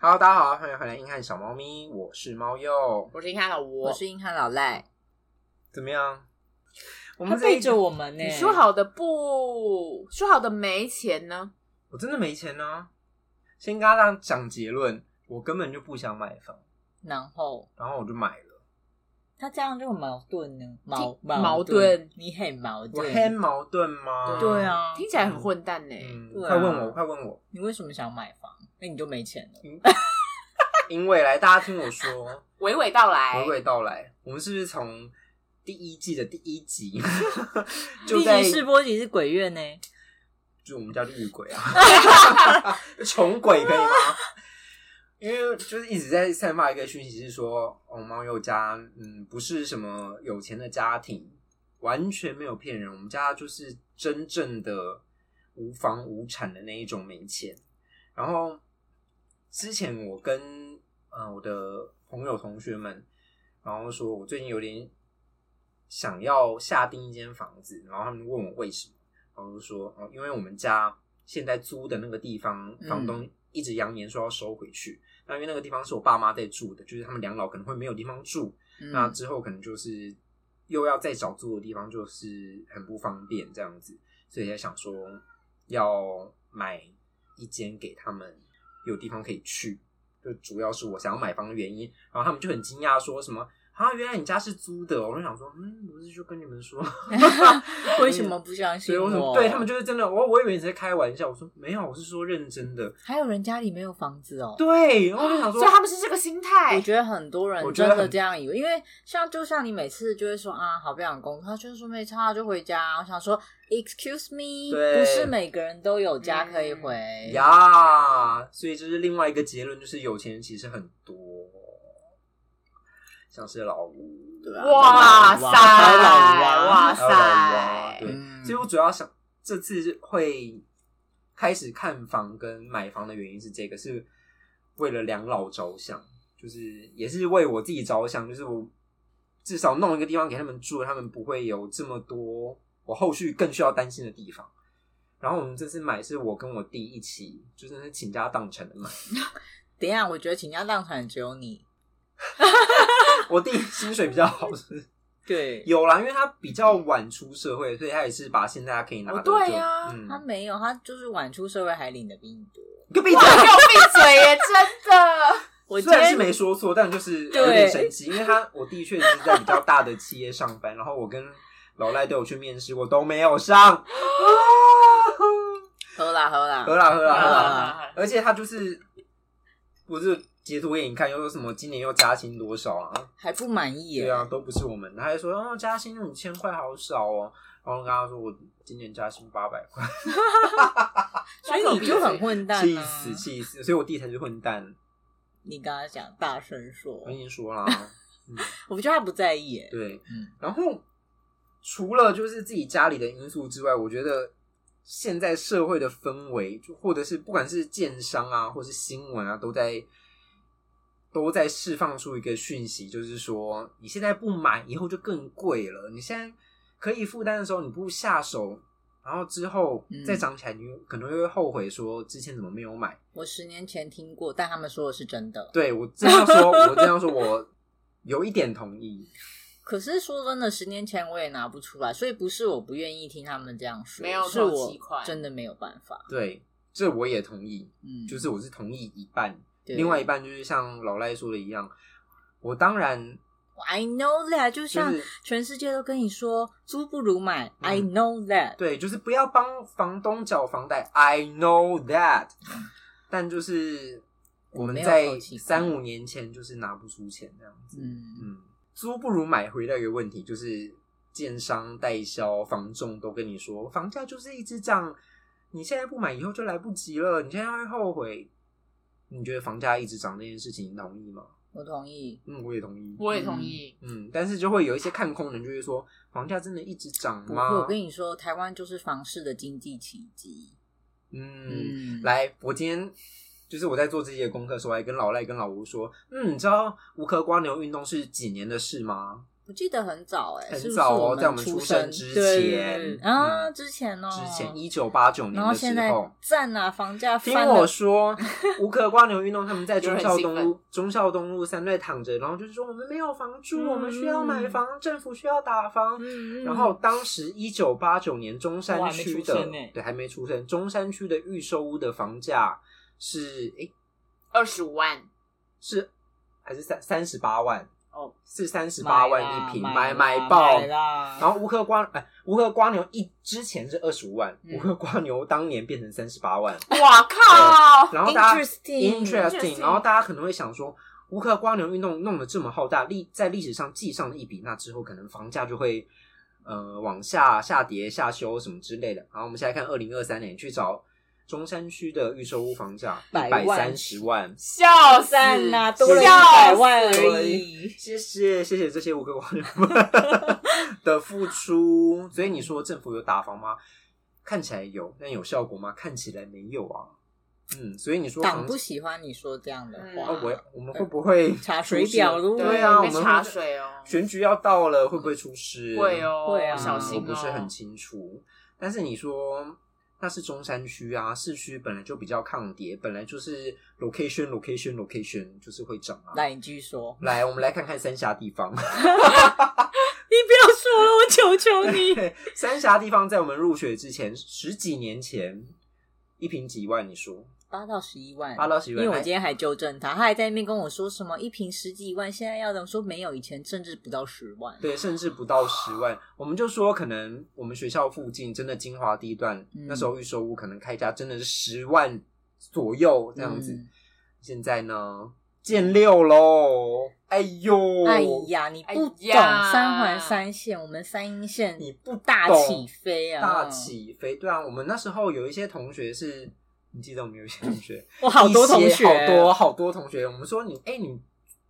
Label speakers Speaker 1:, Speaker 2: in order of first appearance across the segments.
Speaker 1: Hello，大家好，欢迎回来硬汉小猫咪，我是猫鼬。
Speaker 2: 我是看到我
Speaker 3: 我是硬汉老赖，
Speaker 1: 怎么样？我
Speaker 3: 我
Speaker 1: 们这
Speaker 3: 背
Speaker 1: 一
Speaker 3: 着我们呢、
Speaker 2: 你说好的不说好的没钱呢？
Speaker 1: 我真的没钱呢、先跟大家讲结论，我根本就不想买房，
Speaker 3: 然后
Speaker 1: 然后我就买了，
Speaker 3: 他这样就很矛盾呢，矛
Speaker 2: 矛盾
Speaker 3: 盾，你很矛
Speaker 1: 我
Speaker 3: 盾，
Speaker 1: 很矛盾吗？
Speaker 3: 对，啊，
Speaker 2: 听起来很混蛋呢、
Speaker 1: 嗯，
Speaker 3: 对啊
Speaker 1: 快问我，快问我，
Speaker 3: 你为什么想买房？那你就没钱了，
Speaker 1: 因为来大家听我说，
Speaker 2: 娓娓道来，
Speaker 1: 娓娓道来，我们是不是从第一季的第一集
Speaker 3: 第
Speaker 1: 就
Speaker 3: 一
Speaker 1: 在
Speaker 3: 集试播集是鬼月呢，
Speaker 1: 就我们叫绿鬼啊， 穷鬼可以吗？因为就是一直在散发一个讯息，是说哦，猫友家嗯不是什么有钱的家庭，完全没有骗人，我们家就是真正的无房无产的那一种没钱。然后之前我跟呃我的朋友同学们，然后说我最近有点想要下定一间房子，然后他们问我为什么，然后我就说哦，因为我们家现在租的那个地方，
Speaker 3: 嗯
Speaker 1: 房东一直扬言说要收回去。那因为那个地方是我爸妈在住的，就是他们两老可能会没有地方住，那
Speaker 3: 嗯，
Speaker 1: 之后可能就是又要再找住的地方，就是很不方便这样子，所以才想说要买一间给他们有地方可以去，就主要是我想要买房的原因。然后他们就很惊讶说什么。啊，原来你家是租的哦、我就想说，嗯，不是就跟你们说，
Speaker 3: 为什么不相
Speaker 1: 所
Speaker 3: 信
Speaker 1: 以我
Speaker 3: 我？
Speaker 1: 说，对他们就是真的，我我以为你在开玩笑，我说没有，我是说认真的。
Speaker 3: 还有人家里没有房子哦，
Speaker 1: 对，然后我就想说，
Speaker 2: 所以他们是这个心态
Speaker 3: 我。觉得很多
Speaker 1: 我
Speaker 3: 人
Speaker 1: 觉得
Speaker 3: 真的
Speaker 1: 很
Speaker 3: 这样以为，因为像就像你每次就会说啊，好不想工作，他就说没差就回家。我想说，excuse me，
Speaker 1: 对
Speaker 3: 不是每个人都有家可以回。
Speaker 1: 嗯呀所以这是另外一个结论，就是有钱人其实很多，像是老吴，
Speaker 3: 对啊
Speaker 2: 哇塞，
Speaker 3: 还有老王
Speaker 2: 哇
Speaker 1: 还有老吴，
Speaker 2: 塞，
Speaker 1: 对。
Speaker 3: 嗯
Speaker 1: 所以我主要想这次会开始看房跟买房的原因是这个，是为了两老着想，就是也是为我自己着想，就是我至少弄一个地方给他们住，他们不会有这么多我后续更需要担心的地方。然后我们这次买是我跟我弟一起，就真的是倾家荡产的买。
Speaker 3: 等一下，我觉得倾家荡产只有你，
Speaker 1: 我弟薪水比较好，是不是
Speaker 3: 对，
Speaker 1: 有啦，因为他比较晚出社会，所以他也是把现在他可以拿的
Speaker 2: 哦
Speaker 1: 就。
Speaker 2: 对呀
Speaker 1: 嗯
Speaker 3: 他，没有，他就是晚出社会还领的比你多。
Speaker 1: 你个闭嘴！啊
Speaker 2: 给我闭嘴耶！真的，
Speaker 3: 我今
Speaker 1: 虽然是
Speaker 3: 天
Speaker 1: 没说错，但就是有
Speaker 3: 对
Speaker 1: 点神奇，因为他我弟确实是在比较大的企业上班，然后我跟老赖都有去面试，我都没有上。
Speaker 3: 喝啦喝啦
Speaker 1: 喝啦喝啦喝啦！
Speaker 3: 啊
Speaker 1: 而且他就是不是截图给你看，又说什么今年又加薪多少啊？
Speaker 3: 还不满意耶
Speaker 1: 对啊，都不是我们的。他还说哦，加薪五千块好少哦。然后我跟他说我今年加薪八百块，
Speaker 3: 所以你就很混蛋
Speaker 1: 气
Speaker 3: 啊！
Speaker 1: 死气死！所以我弟才是混蛋，
Speaker 3: 你刚刚讲大声说
Speaker 1: 我，已经说啦。 嗯，
Speaker 3: 我觉得他不在意耶。
Speaker 1: 对，
Speaker 3: 嗯
Speaker 1: 然后除了就是自己家里的因素之外，我觉得现在社会的氛围，就或者是不管是建商啊，或是新闻啊，都在都在释放出一个讯息，就是说你现在不买，以后就更贵了。你现在可以负担的时候，你不下手。然后之后
Speaker 3: 嗯
Speaker 1: 再涨起来，你可能会后悔说之前怎么没有买。
Speaker 3: 我十年前听过，但他们说的是真的。
Speaker 1: 对我这样说，我这样说，我有一点同意。
Speaker 3: 可是说真的，十年前我也拿不出来，所以不是我不愿意听他们这样说，
Speaker 2: 没有
Speaker 3: 是
Speaker 2: 超
Speaker 3: 我
Speaker 2: 级快
Speaker 3: 真的没有办法。
Speaker 1: 对，这我也同意。
Speaker 3: 嗯，
Speaker 1: 就是我是同意一半，
Speaker 3: 对
Speaker 1: 另外一半就是像老赖说的一样，我当然
Speaker 3: I know that，就
Speaker 1: 就
Speaker 3: 像
Speaker 1: 是
Speaker 3: 全世界都跟你说租不如买、
Speaker 1: 嗯
Speaker 3: i know that。
Speaker 1: 对，就是不要帮房东缴房贷，I know that，但就是我们
Speaker 3: 我没有
Speaker 1: 在
Speaker 3: 投期款
Speaker 1: 三五年前就是拿不出钱这样子，
Speaker 3: 嗯，
Speaker 1: 嗯，租不如买回到一个问题，就是建商、代销、房仲都跟你说，房价就是一直涨，你现在不买，以后就来不及了，你现在会后悔。你觉得房价一直涨这件事情，你同意吗？
Speaker 3: 我同意。
Speaker 1: 嗯，我也同意。
Speaker 2: 我也同意。
Speaker 1: 嗯，但是就会有一些看空人就会说，房价真的一直涨
Speaker 3: 不
Speaker 1: 吗？
Speaker 3: 过我跟你说，台湾就是房市的经济奇迹。
Speaker 1: 嗯，
Speaker 3: 嗯，
Speaker 1: 来，我今天就是我在做这些功课的时候，还跟老赖跟老吴说，嗯，你知道无壳瓜牛运动是几年的事吗？
Speaker 3: 我记得很早哎、
Speaker 1: 很
Speaker 3: 是不是
Speaker 1: 早哦
Speaker 3: 我
Speaker 1: 在我们
Speaker 3: 出
Speaker 1: 出生
Speaker 3: 生
Speaker 1: 之
Speaker 3: 对
Speaker 1: 前
Speaker 3: 对对啊，
Speaker 1: 嗯
Speaker 3: 之前哦，
Speaker 1: 之前一九八九年
Speaker 3: 然后
Speaker 1: 的时
Speaker 3: 现在
Speaker 1: 候。
Speaker 3: 赞啊，房价
Speaker 1: 听
Speaker 3: 翻了
Speaker 1: 我说， 无壳瓜牛运动他们在
Speaker 2: 有人
Speaker 1: 忠孝东
Speaker 2: 兴
Speaker 1: 路忠孝东路三队躺着，然后就是说我们没有房住，
Speaker 3: 嗯
Speaker 1: 我们需要买房，政府需要打房。
Speaker 3: 嗯嗯
Speaker 1: 然后当时一九八九年中
Speaker 3: 我
Speaker 1: 山
Speaker 3: 还没
Speaker 1: 区
Speaker 3: 出
Speaker 1: 的
Speaker 3: 生呢
Speaker 1: 对还没出生，中山区的预售屋的房价是诶
Speaker 2: 二十五万，
Speaker 1: 是还是三三十八万
Speaker 3: 哦，
Speaker 1: 是三十八万
Speaker 3: 买啦
Speaker 1: 一平，
Speaker 3: 买
Speaker 1: 买
Speaker 3: 啦
Speaker 1: 爆
Speaker 3: 买。啦，
Speaker 1: 然后乌克瓜哎，乌克瓜牛一之前是二十五万，
Speaker 3: 嗯
Speaker 1: 乌克瓜牛当年变成三十八万，
Speaker 2: 哇靠！
Speaker 1: 然后大家
Speaker 3: Interesting
Speaker 1: interesting，
Speaker 2: Interesting
Speaker 1: 然后大家可能会想说，乌克瓜牛运动弄得这么浩大，历在历史上记上了一笔，那之后可能房价就会呃往下下跌、下修什么之类的。然后我们现在看二零二三年去找中山区的预售屋房价一
Speaker 3: 百
Speaker 1: 百
Speaker 3: 万
Speaker 1: 三十万，
Speaker 2: 笑死
Speaker 3: 赞啊，多了一
Speaker 2: 笑
Speaker 3: 百万而
Speaker 2: 死
Speaker 3: 已。
Speaker 1: 谢谢谢谢这些乌克瓜牛 们的付出。所以你说政府有打房吗？看起来有，但有效果吗？看起来没有啊。嗯，所以你说
Speaker 3: 党
Speaker 1: 房
Speaker 3: 不喜欢你说这样的
Speaker 2: 嗯
Speaker 3: 话
Speaker 1: 啊，，我我们会不会
Speaker 3: 查
Speaker 1: 出
Speaker 3: 水
Speaker 1: 事
Speaker 3: 表喽
Speaker 1: 对啊，我
Speaker 2: 被
Speaker 1: 们
Speaker 2: 查
Speaker 1: 会
Speaker 2: 水哦，
Speaker 1: 选举要到了，会不会出事？
Speaker 2: 会哦，
Speaker 3: 会啊
Speaker 1: 嗯，
Speaker 2: 小心哦，
Speaker 1: 我不是很清楚。但是你说那是中山区啊，市区本来就比较抗跌，本来就是 location location location 就是会涨啊。
Speaker 3: 来，你继续说，
Speaker 1: 来，我们来看看三峡地方。
Speaker 3: 你不要说了，我求求 你。
Speaker 1: 三峡地方在我们入学之前十几年前，一瓶几万？你说
Speaker 3: 八到十一万，
Speaker 1: 八到11万
Speaker 3: 因为我今天还纠正他，他还在那边跟我说什么一瓶十几万，现在要怎么说没有以前甚至不到十万。
Speaker 1: 对，甚至不到十万。我们就说，可能我们学校附近真的精华地段，
Speaker 3: 嗯
Speaker 1: 那时候预售屋可能开价真的是十万左右这样子。
Speaker 3: 嗯
Speaker 1: 现在呢，见六喽！哎呦，
Speaker 3: 哎呀，你不
Speaker 2: 哎
Speaker 3: 懂
Speaker 2: 呀
Speaker 3: 三环三线，我们三阴线
Speaker 1: 你不
Speaker 3: 大
Speaker 1: 懂
Speaker 3: 起飞啊！
Speaker 1: 大！起飞！对啊，我们那时候有一些同学是，你记得我们有一些同学，
Speaker 3: 我 好多同
Speaker 1: 一些
Speaker 3: 学，
Speaker 1: 好多好多同学。我们说你，哎、你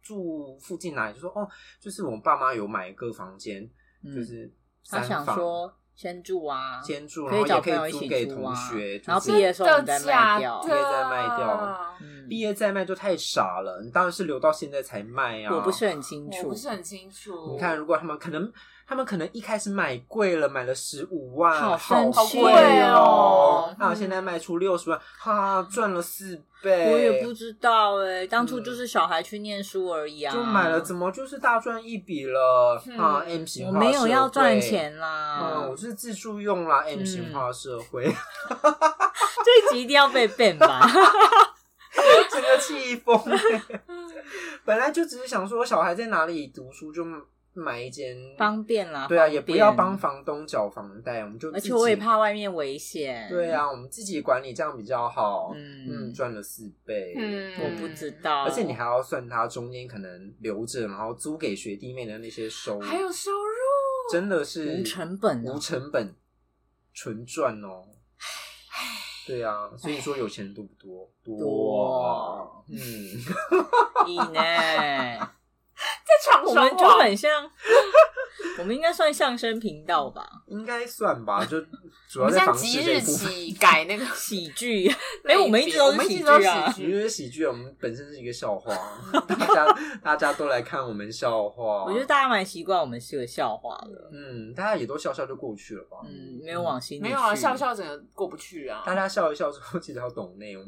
Speaker 1: 住附近哪里？就说哦，就是我爸妈有买一个房间，
Speaker 3: 嗯
Speaker 1: 就是
Speaker 3: 他
Speaker 1: 三
Speaker 3: 想
Speaker 1: 房
Speaker 3: 说先住啊，
Speaker 1: 先住，
Speaker 3: 可
Speaker 1: 然
Speaker 3: 以
Speaker 1: 后
Speaker 3: 找
Speaker 1: 也
Speaker 3: 朋友
Speaker 1: 可
Speaker 3: 一
Speaker 1: 以租
Speaker 3: 起
Speaker 1: 给
Speaker 3: 住
Speaker 1: 同
Speaker 3: 啊
Speaker 1: 学，
Speaker 3: 然后
Speaker 1: 就是
Speaker 3: 毕业的时候
Speaker 2: 真
Speaker 3: 你再卖
Speaker 2: 假
Speaker 3: 掉
Speaker 2: 的啊
Speaker 1: 毕业再卖掉
Speaker 3: 嗯
Speaker 1: 毕业再卖就太傻了，你当然是留到现在才卖啊！
Speaker 3: 我不是很清
Speaker 2: 我
Speaker 3: 楚
Speaker 2: 不，是很清楚。
Speaker 1: 你看，如果他们可能，他们可能一开始买贵了，买了十五万，
Speaker 3: 好
Speaker 1: 好
Speaker 3: 生气
Speaker 1: 贵
Speaker 2: 哦
Speaker 1: 那我
Speaker 2: 嗯
Speaker 1: 现在卖出六十万，哈，赚了四倍。
Speaker 3: 我也不知道哎，当初
Speaker 1: 嗯
Speaker 3: 就是小孩去念书而已啊，
Speaker 1: 就买了，怎么就是大赚一笔了、
Speaker 2: 嗯
Speaker 1: 啊？M 型
Speaker 3: 我
Speaker 1: 化
Speaker 3: 没有要
Speaker 1: 社会
Speaker 3: 赚。钱啊啦
Speaker 1: 嗯，我，是自助用啦，M 型化社会，
Speaker 3: 这一集一定要被 ban 吧？
Speaker 1: 整个气疯欸、本来就只是想说，小孩在哪里读书就买一间，
Speaker 3: 方便啦，
Speaker 1: 对啊，
Speaker 3: 方便
Speaker 1: 也不要帮。房东缴房贷，我们就
Speaker 3: 而
Speaker 1: 自
Speaker 3: 且我也
Speaker 1: 己
Speaker 3: 怕外面危险。
Speaker 1: 对，啊，我们自己管理这样比较好。
Speaker 3: 嗯
Speaker 1: 嗯，，赚了四倍。
Speaker 2: 嗯
Speaker 3: 我不知道，
Speaker 1: 而且你还要算它中间可能留着，然后租给学弟妹的那些收入，
Speaker 2: 还有收入，
Speaker 1: 真的是
Speaker 3: 无成本啊
Speaker 1: 无成本纯赚哦。对啊，所以说有钱人多不多？
Speaker 3: 多
Speaker 1: 多。嗯，
Speaker 3: 你 呢？
Speaker 2: 在
Speaker 1: 啊
Speaker 2: 场
Speaker 3: 我
Speaker 2: 上
Speaker 3: 们就很像， 我们应该算相声频道吧，
Speaker 1: 应该算吧，就主
Speaker 2: 我
Speaker 1: 要
Speaker 2: 们
Speaker 1: 在
Speaker 2: 现在
Speaker 1: 房市
Speaker 2: 即
Speaker 1: 这一
Speaker 2: 日
Speaker 1: 部分。
Speaker 2: 起改那个，
Speaker 3: 喜 剧。哎， 我们一直都
Speaker 2: 我
Speaker 3: 是
Speaker 2: 们一
Speaker 3: 喜
Speaker 2: 直
Speaker 3: 剧
Speaker 2: 都是
Speaker 3: 啊，
Speaker 1: 因为喜剧，我们本身是一个笑 话，大家大家都来看我们笑话。
Speaker 3: 我觉得大家蛮习惯我们是个笑话了。
Speaker 1: 嗯，大家也都笑笑就过去了吧。
Speaker 3: 嗯，没有往心里
Speaker 2: 没有啊，
Speaker 3: 去
Speaker 2: 笑。笑整个过不去啊。
Speaker 1: 大家笑一笑之后，记得要懂内容。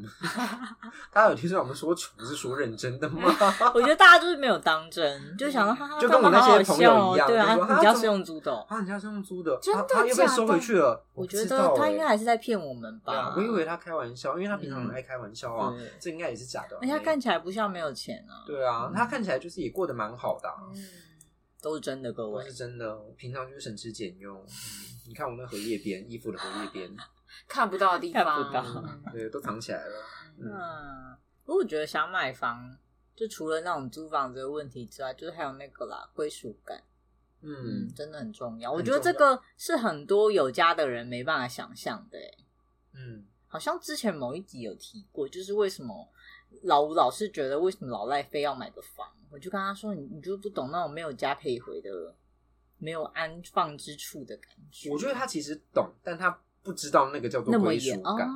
Speaker 1: 大家有听说我们说穷是说认真的 吗？
Speaker 3: 我觉得大家就是没有当真，就想到哈哈，
Speaker 1: 嗯就跟我
Speaker 3: 他们好好
Speaker 1: 那些朋友
Speaker 3: 笑哦
Speaker 1: 一样
Speaker 3: 对
Speaker 1: 就
Speaker 3: 啊，
Speaker 1: 说哈
Speaker 3: 你家
Speaker 1: 怎
Speaker 3: 是
Speaker 1: 么
Speaker 3: 用猪的哦，
Speaker 1: 啊，人家是用租的，
Speaker 2: 真的
Speaker 1: 啊他又被
Speaker 2: 假的
Speaker 1: 收回去了。
Speaker 3: 我
Speaker 1: 不
Speaker 3: 觉
Speaker 1: 知道
Speaker 3: 得他
Speaker 1: 欸
Speaker 3: 应该还是在骗我们
Speaker 1: 对啊
Speaker 3: 吧。
Speaker 1: 我以为他开玩笑，因为他平常很
Speaker 3: 嗯
Speaker 1: 爱开玩笑啊
Speaker 3: 对，
Speaker 1: 这应该也是假的。
Speaker 3: 而且他看起来不像没有钱啊，
Speaker 1: 对啊，他看起来就是也过得蛮好的啊，
Speaker 2: 嗯
Speaker 3: 都是真的，各
Speaker 1: 我
Speaker 3: 位
Speaker 1: 是。真的，我平常就是省吃俭用。嗯你看我那荷叶边，衣服的荷叶 边，
Speaker 2: 看不到的地方，
Speaker 3: 看不到
Speaker 2: 嗯
Speaker 1: 对，都藏起来了。嗯，
Speaker 3: 嗯，不过我觉得想买房，就除了那种租房这个问题之外，就是还有那个啦，归属感，嗯，
Speaker 1: 嗯
Speaker 3: 真的很重要。
Speaker 1: 很
Speaker 3: 我觉得这
Speaker 1: 重
Speaker 3: 个是很多有家的人没办法想象的欸、
Speaker 1: 嗯，
Speaker 3: 好像之前某一集有提过，就是为什么老吴老是觉得为什么老赖非要买个房，我就跟他说，你你就不懂那种没有家可以回的、没有安放之处的感觉。
Speaker 1: 我觉得他其实懂，但他不知道那个叫做
Speaker 3: 那么
Speaker 1: 归
Speaker 3: 严哦
Speaker 1: 属感。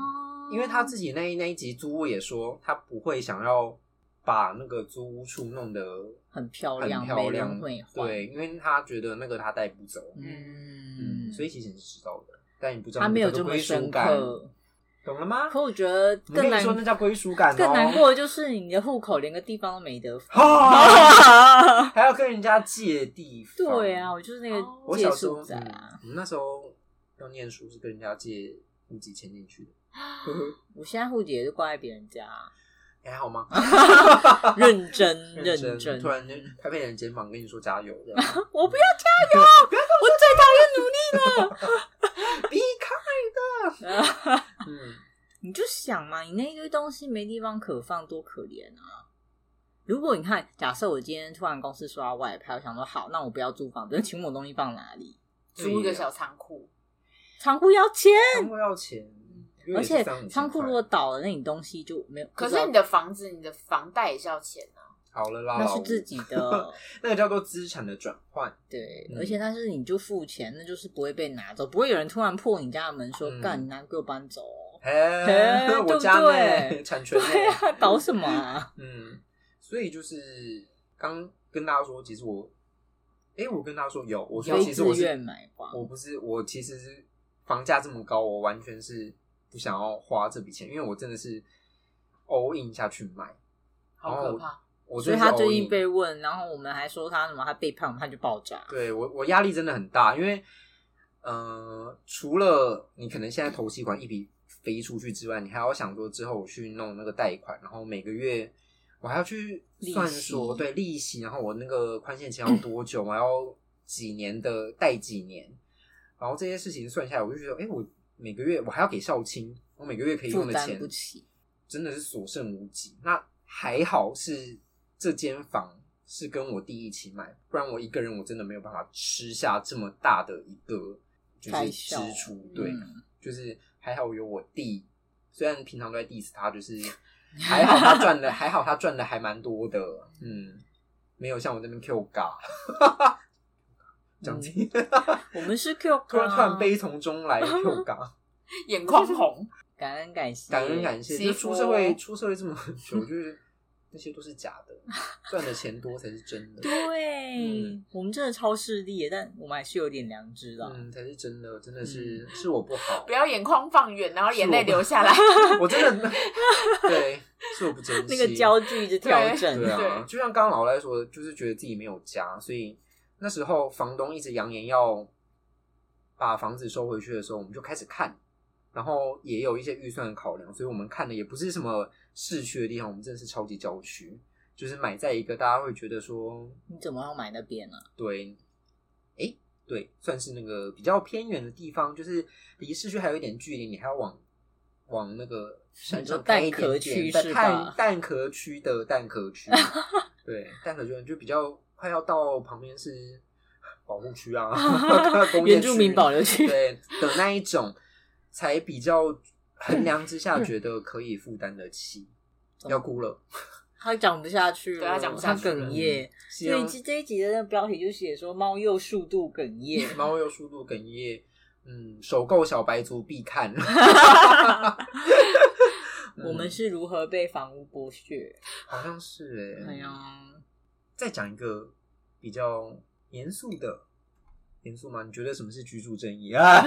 Speaker 1: 因为他自己那一那一集租屋也说，他不会想要把那个租屋处弄得
Speaker 3: 很漂
Speaker 1: 很
Speaker 3: 亮，
Speaker 1: 漂
Speaker 3: 美
Speaker 1: 亮
Speaker 3: 轮美，奂。，
Speaker 1: 对，因为他觉得那个他带不走，
Speaker 3: 嗯，
Speaker 1: 嗯，所以其实你是知道的，但你不知道
Speaker 3: 他没有
Speaker 1: 那个
Speaker 3: 这么
Speaker 1: 归属
Speaker 3: 深
Speaker 1: 感，
Speaker 3: 刻。
Speaker 1: 懂了吗？
Speaker 3: 可我觉得
Speaker 1: 我跟
Speaker 3: 更
Speaker 1: 你
Speaker 3: 难，
Speaker 1: 说，那叫归属感、哦，
Speaker 3: 更难过的就是你的户口连个地方都没得放。
Speaker 1: 啊，还要跟人家借地方，
Speaker 3: 对啊，，我就是那
Speaker 2: 哦
Speaker 3: 个
Speaker 1: 嗯我
Speaker 3: 借
Speaker 1: 小时候，
Speaker 3: 宿仔
Speaker 1: 嗯
Speaker 3: 啊。，
Speaker 1: 我们那时候要念书是跟人家借户籍迁进去的，
Speaker 3: 我现在户籍也是挂在别人家啊，
Speaker 1: 你哎还好吗？
Speaker 3: 认真嗯认
Speaker 1: 真，
Speaker 3: 真。
Speaker 1: 突然就拍拍你的肩膀跟你说加油，这样
Speaker 3: 我不要加油，我最讨厌努力了。
Speaker 1: ，Be kind
Speaker 3: 啊
Speaker 1: 嗯，
Speaker 3: 你就想嘛，你那一堆东西没地方可放，多可怜啊！如果你看，假设我今天突然公司说要外派，我想说好，那我不要租房子，那 请问我东西放哪里？
Speaker 2: 租一个小仓库，
Speaker 3: 仓库要钱，
Speaker 1: 仓库要钱，
Speaker 3: 而且仓
Speaker 1: 仓
Speaker 3: 库如果倒了，那你东西就没有。
Speaker 2: 可
Speaker 3: 不知
Speaker 2: 是
Speaker 3: 道
Speaker 2: 你的房子、你的房贷也是要钱啊。
Speaker 1: 好了啦，
Speaker 3: 那是自己的，
Speaker 1: 那个叫做资产的转换，
Speaker 3: 对，
Speaker 1: 嗯
Speaker 3: 而且但是你就付钱，那就是不会被拿走，不会有人突然破你家的门说
Speaker 1: 嗯
Speaker 3: 干，你拿给我搬走 哦。
Speaker 1: 哎，
Speaker 3: 对
Speaker 1: 我
Speaker 3: 不
Speaker 1: 家内
Speaker 3: 对
Speaker 1: 产权
Speaker 3: 对
Speaker 1: 内，
Speaker 3: 啊，搞什么啊？
Speaker 1: 嗯，所以就是刚跟大家说，其实我，哎，我跟大家说有，我说
Speaker 3: 非
Speaker 1: 其实
Speaker 3: 自
Speaker 1: 我是
Speaker 3: 愿买房，
Speaker 1: 我不是，我其实是房价这么高，我完全是不想要花这笔钱，因为我真的是 all in 下去买。
Speaker 2: 好可怕！
Speaker 1: 我
Speaker 3: 所
Speaker 1: 真
Speaker 3: 以
Speaker 1: 的是
Speaker 3: 他
Speaker 1: all in
Speaker 3: 最近被问，然后我们还说他什么他背叛我们，他就爆炸。
Speaker 1: 对我我压力真的很大，因为呃，除了你可能现在投期款一笔飞出去之外，你还要想说之后我去弄那个贷款，然后每个月我还要去算说
Speaker 3: 利息
Speaker 1: 对利息，然后我那个宽限期要多久，我要几年的贷几年，然后这些事情算下来，我就觉得，哎、我每个月我还要给校青，我每个月可以用
Speaker 3: 负
Speaker 1: 的
Speaker 3: 担
Speaker 1: 钱
Speaker 3: 不起。
Speaker 1: 真的是所剩无几。那还好是这间房是跟我弟一起买，不然我一个人我真的没有办法吃下这么大的一个就
Speaker 3: 开
Speaker 1: 是
Speaker 3: 销
Speaker 1: 支出。对，
Speaker 3: 嗯
Speaker 1: 就是还好有我弟，虽然平常都在 diss 他，就是还好他 赚的，还好他赚的还蛮多的，嗯，没有像我这边 Q 嘎。 讲起，
Speaker 3: 嗯我们是 Q
Speaker 1: 突然突然
Speaker 3: 悲，
Speaker 1: 悲从中 来，Q 嘎，
Speaker 2: 眼眶红，
Speaker 3: 感恩感谢，
Speaker 1: 感恩感谢。
Speaker 2: 媳
Speaker 1: 就
Speaker 2: 妇
Speaker 1: 出社会，出社会 这么久，就是那些都是假的，赚的钱多才是真的，
Speaker 3: 对、
Speaker 1: 嗯
Speaker 3: 我们真的超势利耶，但我们还是有点良知啦。嗯
Speaker 1: 嗯，才是真的，真的是是我不好
Speaker 2: 不，要眼眶放远，然后眼泪流 下来。
Speaker 1: 我真的 对，是我不珍惜
Speaker 3: 那个焦距一直调整，
Speaker 1: 对啊，
Speaker 2: 对
Speaker 1: 就像刚刚老赖说的，就是觉得自己没有家，所以那时候房东一直扬言要把房子收回去的时候，我们就开始看，然后也有一些预算的考量，所以我们看的也不是什么市区的地方，我们真的是超级郊区，就是买在一个大家会觉得说，
Speaker 3: 你怎么要买那边呢、
Speaker 1: 对，诶，对，算是那个比较偏远的地方，就是离市区还有一点距离，你还要往往那个山上
Speaker 3: 你说
Speaker 1: 开一点
Speaker 3: 蛋壳
Speaker 1: 点
Speaker 3: 区
Speaker 1: 在
Speaker 3: 是
Speaker 1: 蛋
Speaker 3: 吧
Speaker 1: 蛋壳区的蛋壳 区，对，蛋壳区就比较快要到旁边是保护区 啊， 工业
Speaker 3: 原住民
Speaker 1: 区
Speaker 3: 保留区
Speaker 1: 对的那一种，才比较衡量之
Speaker 3: 嗯
Speaker 1: 下觉得可以负担得起。
Speaker 3: 哦
Speaker 1: 要哭了，
Speaker 3: 他讲不下去了，
Speaker 2: 对他讲不下去了嗯
Speaker 3: 哽咽。
Speaker 1: 希
Speaker 3: 所以
Speaker 1: 望
Speaker 3: 这这一集的那个标题就写说猫又数度哽咽，
Speaker 1: 猫又速度哽咽，嗯，首购小白族必看。
Speaker 2: 嗯
Speaker 3: 我们是如何被房屋剥削？
Speaker 1: 好像是
Speaker 2: 嗯
Speaker 1: 哎、
Speaker 3: 哎呀，
Speaker 1: 再讲一个比较严肃的，严肃吗？你觉得什么是居住正 义啊？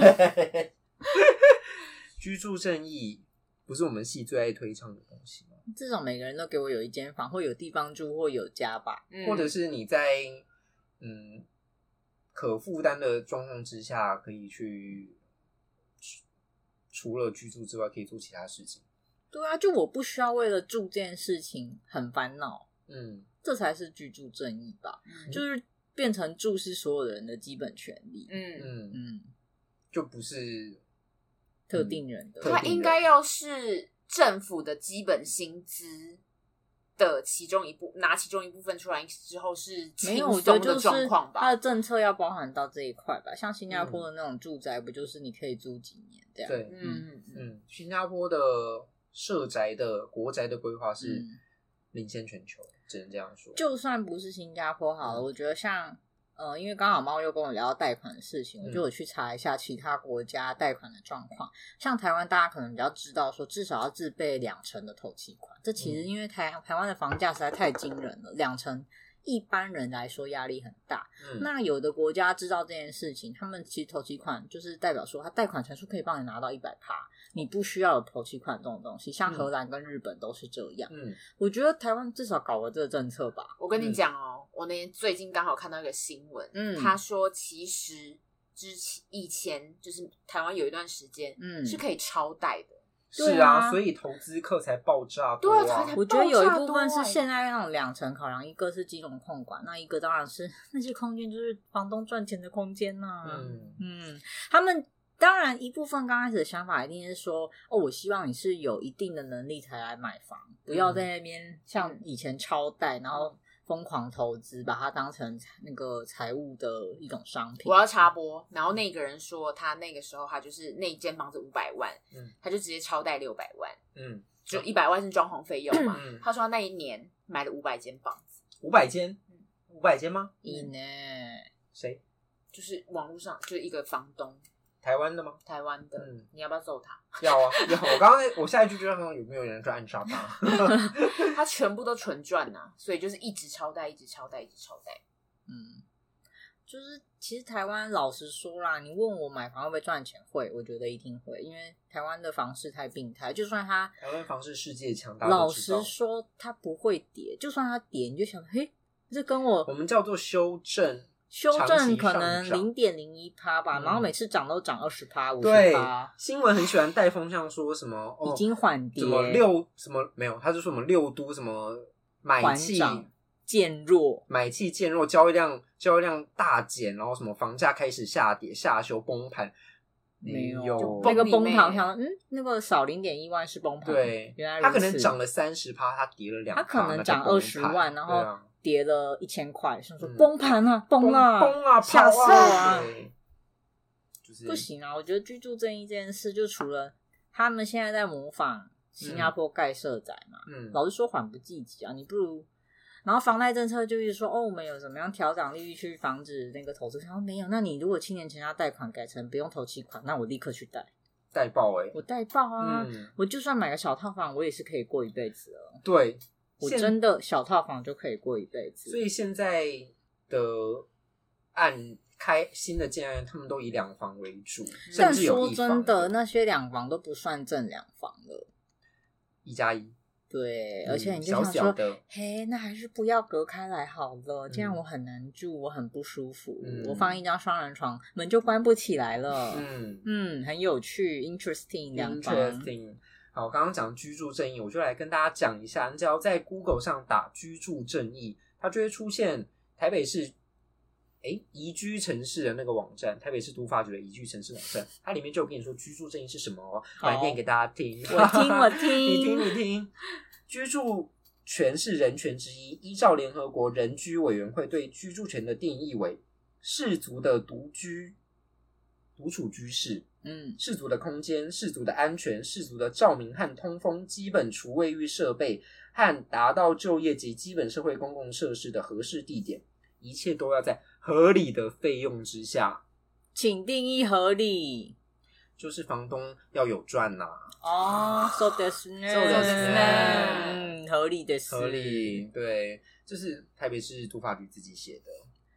Speaker 1: 居住正义不是我们系最爱推倡的东西吗？
Speaker 3: 至少每个人都给我有一间房，或有地方住，或有家吧。
Speaker 2: 嗯
Speaker 1: 或者是你在嗯可负担的状况之下，可以去除除了居住之外，可以做其他事情。
Speaker 3: 对啊，就我不需要为了住这件事情很烦恼，
Speaker 1: 嗯，
Speaker 3: 这才是居住正义吧？
Speaker 2: 嗯
Speaker 3: 就是变成住是所有人的基本权利，
Speaker 2: 嗯，
Speaker 1: 嗯，
Speaker 3: 嗯，
Speaker 1: 就不是
Speaker 3: 特定人的
Speaker 1: 特定
Speaker 2: 它应该要是政府的基本薪资的其中一部，拿其中一部分出来之后是
Speaker 3: 没
Speaker 2: 轻
Speaker 3: 有，我
Speaker 2: 松
Speaker 3: 觉得
Speaker 2: 的
Speaker 3: 就是
Speaker 2: 状况
Speaker 3: 它
Speaker 2: 吧
Speaker 3: 的。政策要包含到这一块吧。像新加坡的那种住宅，不就是你可以租几年这样？
Speaker 1: 对，
Speaker 2: 嗯，嗯
Speaker 1: 嗯，新加坡的社宅的国宅的规划是
Speaker 3: 嗯
Speaker 1: 领先全球，只能这样说。
Speaker 2: 嗯
Speaker 3: 就算不是新加坡好了，我觉得像呃，因为刚好猫又跟我聊到贷款的事情，我
Speaker 1: 嗯
Speaker 3: 就有去查一下其他国家贷款的状况。像台湾，大家可能比较知道说，至少要自备两成的头期款。这其实
Speaker 2: 嗯
Speaker 3: 因为台台湾的房价实在太惊人了，两成一般人来说压力很大。
Speaker 1: 嗯，
Speaker 3: 那有的国家知道这件事情，他们其实头期款就是代表说，他贷款成数可以帮你拿到一百趴，你不需要有头期款这种东西。像
Speaker 1: 嗯
Speaker 3: 荷兰跟日本都是这样。
Speaker 1: 嗯
Speaker 3: 我觉得台湾至少搞了这个政策吧。
Speaker 2: 我跟你
Speaker 1: 嗯
Speaker 2: 讲哦，我那天最近刚好看到一个新闻，
Speaker 3: 嗯
Speaker 2: 他说其实之前以前就是台湾有一段时间，
Speaker 3: 嗯
Speaker 2: 是可以超贷的，
Speaker 3: 对
Speaker 1: 是
Speaker 3: 啊
Speaker 1: 啊，所以投资客才爆炸多
Speaker 2: 对啊才才
Speaker 3: 我觉得有一
Speaker 2: 爆炸
Speaker 3: 部
Speaker 2: 多
Speaker 3: 分是
Speaker 2: 欸
Speaker 3: 现在那种两层考量，一个是金融控管，那一个当然是那些空间就是房东赚钱的空间呐、
Speaker 1: 嗯
Speaker 3: 嗯，他们当然一部分刚开始的想法一定是说，哦，我希望你是有一定的能力才来买房，不要在那边像以前超贷，然后疯狂投资，把它当成那个财务的一种商品
Speaker 2: 我。要插播，然后那个人说他那个时候他就是那间房子五百万，
Speaker 1: 嗯
Speaker 2: 他就直接超贷六百万，
Speaker 1: 嗯，
Speaker 2: 就一百万是装潢费用嘛。
Speaker 1: 嗯
Speaker 2: 他说他那一年买了五百间房子，
Speaker 1: 五百间，五百间吗？
Speaker 3: 以呢，嗯
Speaker 1: 谁？
Speaker 2: 就是网络上就是一个房东，
Speaker 1: 台湾的吗？
Speaker 2: 台湾的，
Speaker 1: 嗯
Speaker 2: 你要不要揍他？
Speaker 1: 要啊， 要啊！我刚刚我下一句就让他有没有人去暗杀 他？
Speaker 2: 他全部都纯赚呐、所以就是一直超贷，一直超贷，一直超贷。
Speaker 3: 嗯，就是其实台湾老实说啦，你问我买房会不会赚钱，会，我觉得一定会，因为台湾的房市太病态，就算它
Speaker 1: 台湾房市世界强大，
Speaker 3: 老实，说它不会跌，就算它跌，你就想，嘿，这跟
Speaker 1: 我
Speaker 3: 我
Speaker 1: 们叫做修正。
Speaker 3: 修
Speaker 1: 长
Speaker 3: 正
Speaker 1: 期
Speaker 3: 可
Speaker 1: 上
Speaker 3: 能
Speaker 1: 涨
Speaker 3: 零点零一趴吧，
Speaker 1: 嗯
Speaker 3: 然后每次涨都涨二十趴、五十
Speaker 1: 对
Speaker 3: 趴，，
Speaker 1: 新闻很喜欢带风向，说什么哦
Speaker 3: 啊已经缓跌，
Speaker 1: 什么六什么没有，他就说什么六都什么买
Speaker 3: 缓
Speaker 1: 气
Speaker 3: 涨渐弱，
Speaker 1: 买气渐弱，交易量交易量大减，然后什么房价开始下跌、下修、崩盘，哎
Speaker 3: 没有
Speaker 1: 有
Speaker 3: 那个
Speaker 2: 崩
Speaker 3: 崩
Speaker 2: 里
Speaker 3: 盘，我
Speaker 2: 面
Speaker 3: 想说嗯，那个少零点一万是崩盘，
Speaker 1: 对
Speaker 3: 原来，
Speaker 1: 它
Speaker 3: 如
Speaker 1: 可能
Speaker 3: 此
Speaker 1: 涨了三十趴，它跌了两，
Speaker 3: 它可能涨二十万，然
Speaker 1: 对
Speaker 3: 后
Speaker 1: 啊
Speaker 3: 跌了一千块，想说
Speaker 1: 嗯
Speaker 3: 崩盘了，崩了，
Speaker 1: 崩了，
Speaker 3: 吓死我
Speaker 1: 泡啊
Speaker 3: 啊！！
Speaker 1: 对就是
Speaker 3: 不，行啊，我觉得居住正义这件事，就除了他们现在在模仿新加坡盖社宅嘛，
Speaker 1: 嗯，
Speaker 3: 老实说缓不济急啊，你不如。然后房贷政策就是说，哦，我们有怎么样调涨利率去防止那个投资？然后没有，那你如果七年前要贷款改成不用投期款，那我立刻去贷，
Speaker 1: 带爆哎，
Speaker 3: 我贷爆啊！
Speaker 1: 嗯，
Speaker 3: 我就算买个小套房，我也是可以过一辈子了。
Speaker 1: 对，
Speaker 3: 我
Speaker 1: 现
Speaker 3: 真的小套房就可以过一辈子。
Speaker 1: 所以现在的按开新的建案，他们都以两房为主，甚
Speaker 3: 嗯但
Speaker 1: 至有
Speaker 3: 说
Speaker 1: 一
Speaker 3: 真
Speaker 1: 房
Speaker 3: 的，那些两房都不算正两房了。
Speaker 1: 一加一，
Speaker 3: 对，
Speaker 1: 嗯
Speaker 3: 而且你就
Speaker 1: 小
Speaker 3: 想说，
Speaker 1: 小的，
Speaker 3: 嘿，那还是不要隔开来好了，这样
Speaker 1: 嗯
Speaker 3: 我很难住，我很不舒服。
Speaker 1: 嗯
Speaker 3: 我放一张双人床，门就关不起来了。
Speaker 1: 嗯
Speaker 3: 嗯很有趣，interesting 两房。
Speaker 1: ，interesting。好，我刚刚讲居住正义，我就来跟大家讲一下。你只要在 Google 上打“居住正义”，它就会出现台北市诶宜居城市的那个网站，台北市都发局的宜居城市网站，它里面就有跟你说居住正义是什么哦。我来
Speaker 3: 好
Speaker 1: 念给大家听，
Speaker 3: 我听 我
Speaker 1: 你听
Speaker 3: 听
Speaker 1: 你听，居住权是人权之一。依照联合国人居委员会对居住权的定义为氏族的独居、独处居室，
Speaker 3: 嗯
Speaker 1: 氏族的空间、氏族的安全、氏族的照明和通风、基本厨卫浴设备和达到就业及基本社会公共设施的合适地点，一切都要在合理的费用之下。
Speaker 3: 请定义合理
Speaker 1: 就是房东要有赚呐、
Speaker 3: 哦。So this 呢？
Speaker 1: そうです
Speaker 2: ね
Speaker 3: 嗯，合理的是
Speaker 1: 合。理，对，就是台北市都发局自己写的。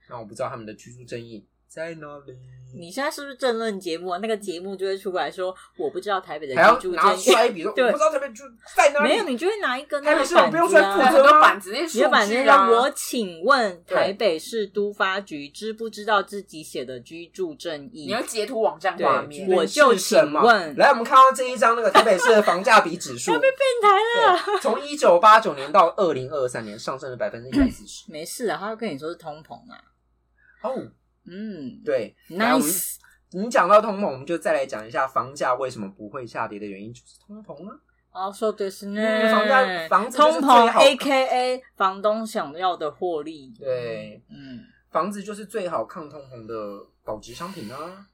Speaker 1: 那我不知道他们的居住正义在哪里，
Speaker 3: 你现在是不是政论节目啊？那个节目就会出来说，我不知道台北的
Speaker 1: 还要
Speaker 3: 居住
Speaker 1: 拿
Speaker 3: 正义。
Speaker 1: 摔笔说，我
Speaker 3: 对
Speaker 1: 不知道台北居住在哪里。
Speaker 3: 没有，你就会拿一根
Speaker 1: 台
Speaker 3: 那
Speaker 1: 北
Speaker 3: 个
Speaker 1: 市我
Speaker 3: 板
Speaker 1: 不用
Speaker 3: 子
Speaker 1: 算负
Speaker 3: 啊
Speaker 1: 责，
Speaker 2: 很多板子那些
Speaker 3: 你就
Speaker 2: 数
Speaker 3: 把
Speaker 2: 据
Speaker 3: 那
Speaker 2: 啊，
Speaker 3: 个我请问
Speaker 1: 对
Speaker 3: 台北市都发局知不知道自己写的居住正义？
Speaker 2: 你要截图网站
Speaker 3: 对
Speaker 2: 画面，
Speaker 3: 我就请问
Speaker 1: 来，我们看到这一张那个台北市的房价比指 数，
Speaker 3: 变态了。
Speaker 1: 对 从一九八九年到二零二三年上升了百分之一百四十。
Speaker 3: 没事啊，他会跟你说是通膨啊。
Speaker 1: 哦，
Speaker 3: 嗯
Speaker 1: 对来我们
Speaker 3: ，nice。
Speaker 1: 你讲到通膨，我们就再来讲一下房价为什么不会下跌的原因，就是通膨啊。
Speaker 3: 哦，说对是呢
Speaker 1: 嗯，房价房子就是
Speaker 3: 通
Speaker 1: 最
Speaker 3: 膨
Speaker 1: 好
Speaker 3: A K A 房东想要的获利。
Speaker 1: 对，
Speaker 3: 嗯，
Speaker 1: 房子就是最好抗通膨的保值商品啊。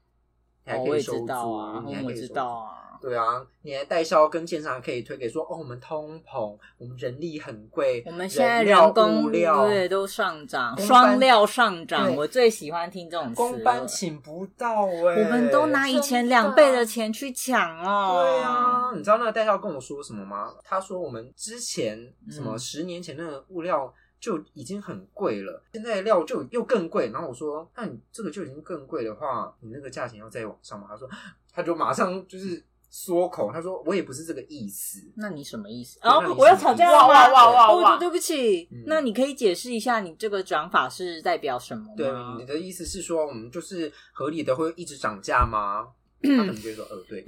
Speaker 1: 你还
Speaker 3: 哦，
Speaker 1: 可
Speaker 3: 我
Speaker 1: 以
Speaker 3: 也
Speaker 1: 收
Speaker 3: 知
Speaker 1: 租，
Speaker 3: 道啊，
Speaker 1: 你还
Speaker 3: 嗯
Speaker 1: 可
Speaker 3: 我
Speaker 1: 以收
Speaker 3: 知
Speaker 1: 租
Speaker 3: 道啊，
Speaker 1: 对啊，你还代销跟建商还可以推给说，哦，我们通膨，我们人力很贵，
Speaker 3: 我们现在
Speaker 1: 料
Speaker 3: 人工
Speaker 1: 物料
Speaker 3: 对都上涨，
Speaker 1: 公
Speaker 3: 双
Speaker 1: 班
Speaker 3: 料上涨，
Speaker 1: 对
Speaker 3: 我最喜欢听这种词了。
Speaker 1: 公班请不到哎、
Speaker 3: 我们都拿以前两倍的钱去抢哦。
Speaker 1: 对啊，你知道那个代销跟我说什么吗？他说我们之前什么
Speaker 3: 嗯
Speaker 1: 十年前那个物料就已经很贵了，现在的料就又更贵。然后我说，那你这个就已经更贵的话，你那个价钱要再往上吗？他说， 他就马上就是缩口，他说我也不是这个意思。
Speaker 3: 那你什么意思？
Speaker 1: 对
Speaker 3: 哦
Speaker 1: 那你，
Speaker 3: 我要
Speaker 1: 什么
Speaker 3: 吵
Speaker 1: 意
Speaker 3: 架
Speaker 1: 思
Speaker 3: 了吗？
Speaker 2: 哇哇哇
Speaker 3: 哦我
Speaker 2: 哇
Speaker 3: 对不起
Speaker 1: 嗯，
Speaker 3: 那你可以解释一下你这个转法是代表什么
Speaker 1: 对
Speaker 3: 吗，
Speaker 1: 你？的意思是说我们就是合理的会一直涨价吗？他可能就会说，呃， 对，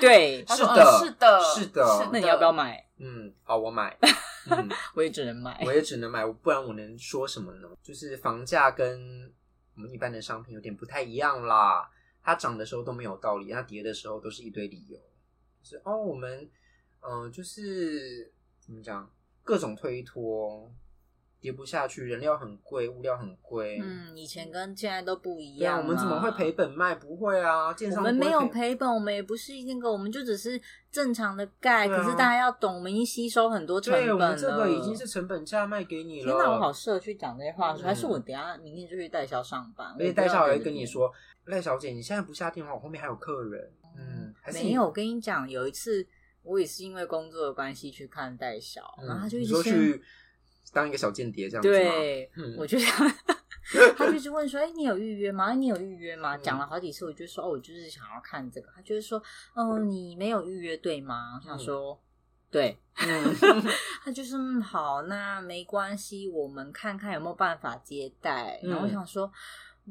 Speaker 3: 对，
Speaker 2: 他说
Speaker 1: 是的
Speaker 2: 嗯是的，
Speaker 1: 是的
Speaker 2: 是
Speaker 3: 那你要不要买？
Speaker 1: 嗯，好，我 买，嗯。
Speaker 3: 我也只能买。
Speaker 1: 我也只能买，不然我能说什么呢？就是房价跟我们一般的商品有点不太一样啦。它涨的时候都没有道理，它跌的时候都是一堆理由，就是哦，我们嗯、呃就是怎么讲，各种推脱，跌不下去，人料很贵，物料很贵，，
Speaker 3: 嗯，以前跟现在都不一
Speaker 1: 对啊，
Speaker 3: 样。
Speaker 1: 我们怎么会赔？本卖？不会啊，建
Speaker 3: 我
Speaker 1: 商
Speaker 3: 们
Speaker 1: 不会
Speaker 3: 没有
Speaker 1: 赔，
Speaker 3: 赔本，我们也不是那个，我们就只是正常的盖。
Speaker 1: 对
Speaker 3: 可
Speaker 1: 啊
Speaker 3: 是大家要懂，我们已经吸收很多成本
Speaker 1: 对，我
Speaker 3: 了。
Speaker 1: 们这个已经是成本价卖给你了。
Speaker 3: 天哪，我好适合去讲这些话术，
Speaker 1: 嗯
Speaker 3: 还是我等一下明天就去代销上班？
Speaker 1: 而且
Speaker 3: 我不要
Speaker 1: 戴少
Speaker 3: 在
Speaker 1: 爷
Speaker 3: 这
Speaker 1: 跟你
Speaker 3: 边
Speaker 1: 说，赖小姐，你现在不下电话，我后面还有客人。嗯，还是你
Speaker 3: 没有，我跟你讲，有一次我也是因为工作的关系去看代销，
Speaker 1: 嗯
Speaker 3: 然后他就一
Speaker 1: 你
Speaker 3: 直
Speaker 1: 说
Speaker 3: 先
Speaker 1: 去当一个小间谍这样子吗，
Speaker 3: 对，
Speaker 1: 嗯
Speaker 3: 我 就想。他就一直问说：“哎、你有预约吗？哎你有预约吗？”
Speaker 1: 嗯
Speaker 3: 讲了好几次，我就说：“哦，我就是想要看这个。”他就是说：“嗯，你没有预约对吗？”我想说：“对。”
Speaker 1: 嗯
Speaker 3: 他就是嗯好，那没关系，我们看看有没有办法接待。然后我
Speaker 1: 嗯
Speaker 3: 想说：“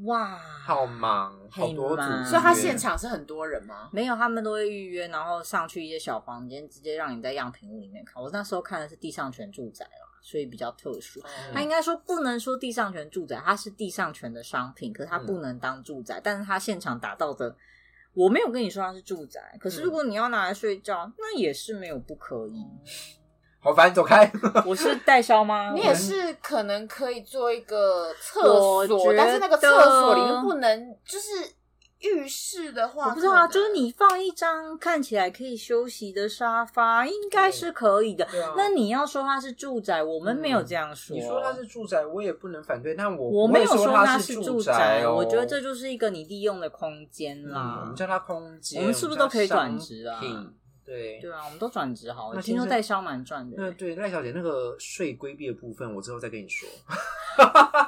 Speaker 3: 哇，
Speaker 1: 好忙，
Speaker 3: 嘿
Speaker 1: 好多组
Speaker 3: 忙，
Speaker 2: 所以他
Speaker 3: 嗯
Speaker 2: 现场是很多人吗？
Speaker 3: 没有，他们都会预约，然后上去一些小房间，直接让你在样品屋里面看。我那时候看的是地上权住宅啦，所以比较特殊。它
Speaker 1: 哎
Speaker 3: 应该说不能说地上权住宅，它是地上权的商品，可是它不
Speaker 1: 嗯
Speaker 3: 能当住宅。但是它现场打造的，我没有跟你说它是住宅，可
Speaker 1: 嗯
Speaker 3: 是如果你要拿来睡觉，那也是没有不可以。
Speaker 1: 好烦，走 开。
Speaker 3: 我是代销吗？
Speaker 2: 你也是可能可以做一个
Speaker 3: 我
Speaker 2: 厕
Speaker 3: 觉
Speaker 2: 所，
Speaker 3: 得
Speaker 2: 但是那个厕所里面不能就是浴室的
Speaker 3: 我
Speaker 2: 话，
Speaker 3: 我不知道啊，
Speaker 2: 可能
Speaker 3: 就是你放一张看起来可以休息的沙发，应该是可以的。
Speaker 1: 对啊
Speaker 3: 那你要说它是住宅，我们没有
Speaker 1: 嗯
Speaker 3: 这样说。
Speaker 1: 你说它是住宅，我也不能反对，但我
Speaker 3: 我
Speaker 1: 我
Speaker 3: 没有
Speaker 1: 说
Speaker 3: 它
Speaker 1: 是
Speaker 3: 住
Speaker 1: 宅哦，
Speaker 3: 我觉得这就是一个你利用的空间
Speaker 1: 嗯我
Speaker 3: 啦
Speaker 1: 们。叫它空间，
Speaker 3: 我们是不是
Speaker 1: 叫
Speaker 3: 都可以转
Speaker 1: 商
Speaker 3: 职啊
Speaker 1: 品？对
Speaker 3: 对啊，我们都转职好了，
Speaker 1: 那嗯
Speaker 3: 听
Speaker 1: 先
Speaker 3: 说
Speaker 1: 生
Speaker 3: 代销蛮赚的
Speaker 1: 那
Speaker 3: 欸。
Speaker 1: 对赖小姐那个税规避的部分，我之后再跟你说。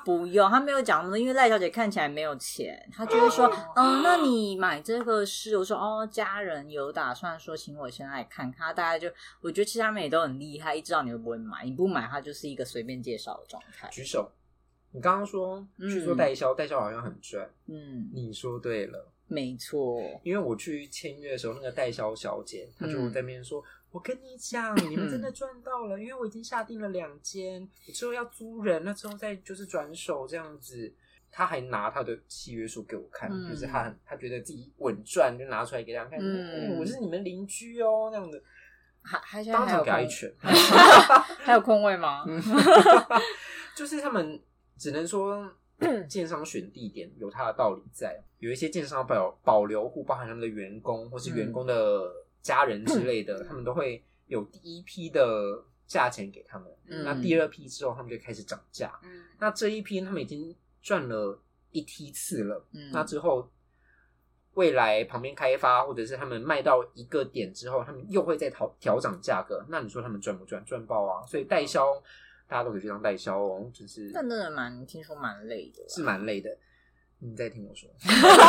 Speaker 3: 不用，他没有讲那么多，因为赖小姐看起来没有钱，她就会说，
Speaker 1: 哦
Speaker 3: 嗯、那你买这个是，我说哦，家人有打算说请我先来看看，她大概就，我觉得其实他们也都很厉害，一知道你会不会买，你不买，她就是一个随便介绍的状态。
Speaker 1: 举手，你刚刚说去做
Speaker 3: 嗯
Speaker 1: 代销，代销好像很赚，
Speaker 3: 嗯，
Speaker 1: 你说对了。
Speaker 3: 没错，
Speaker 1: 因为我去签约的时候，那个代销小姐她就
Speaker 3: 嗯
Speaker 1: 在那边说：“我跟你讲，你们真的赚到了，因为我已经下定了两间，我之后要租人，那之后再就是转手这样子。”她还拿她的契约书给我看，
Speaker 3: 嗯
Speaker 1: 就是她很她觉得自己稳赚，就拿出来给大家看，
Speaker 3: 嗯
Speaker 1: 嗯，我是你们邻居哦，那样的，
Speaker 3: 还还现在
Speaker 1: 当
Speaker 3: 还
Speaker 1: 场
Speaker 3: 有
Speaker 1: 给她一嗯
Speaker 3: 空，
Speaker 1: 拳。
Speaker 3: 还有空位吗？
Speaker 1: 就是他们只能说建商选地点有它的道理在，有一些建商保保留户，包含他们的员工或是员工的家人之类的，他们都会有第一批的价钱给他们，
Speaker 2: 嗯
Speaker 1: 那第二批之后他们就开始涨价，
Speaker 2: 嗯
Speaker 1: 那这一批他们已经赚了一梯次了，
Speaker 3: 嗯
Speaker 1: 那之后。未来旁边开发，或者是他们卖到一个点之后，他们又会再调调整价格。那你说他们赚不赚？赚爆啊！所以代销大家都可以去当代销哦，就是
Speaker 3: 但真的蛮，听说蛮累的啦。
Speaker 1: 是蛮累的。你在听我 说，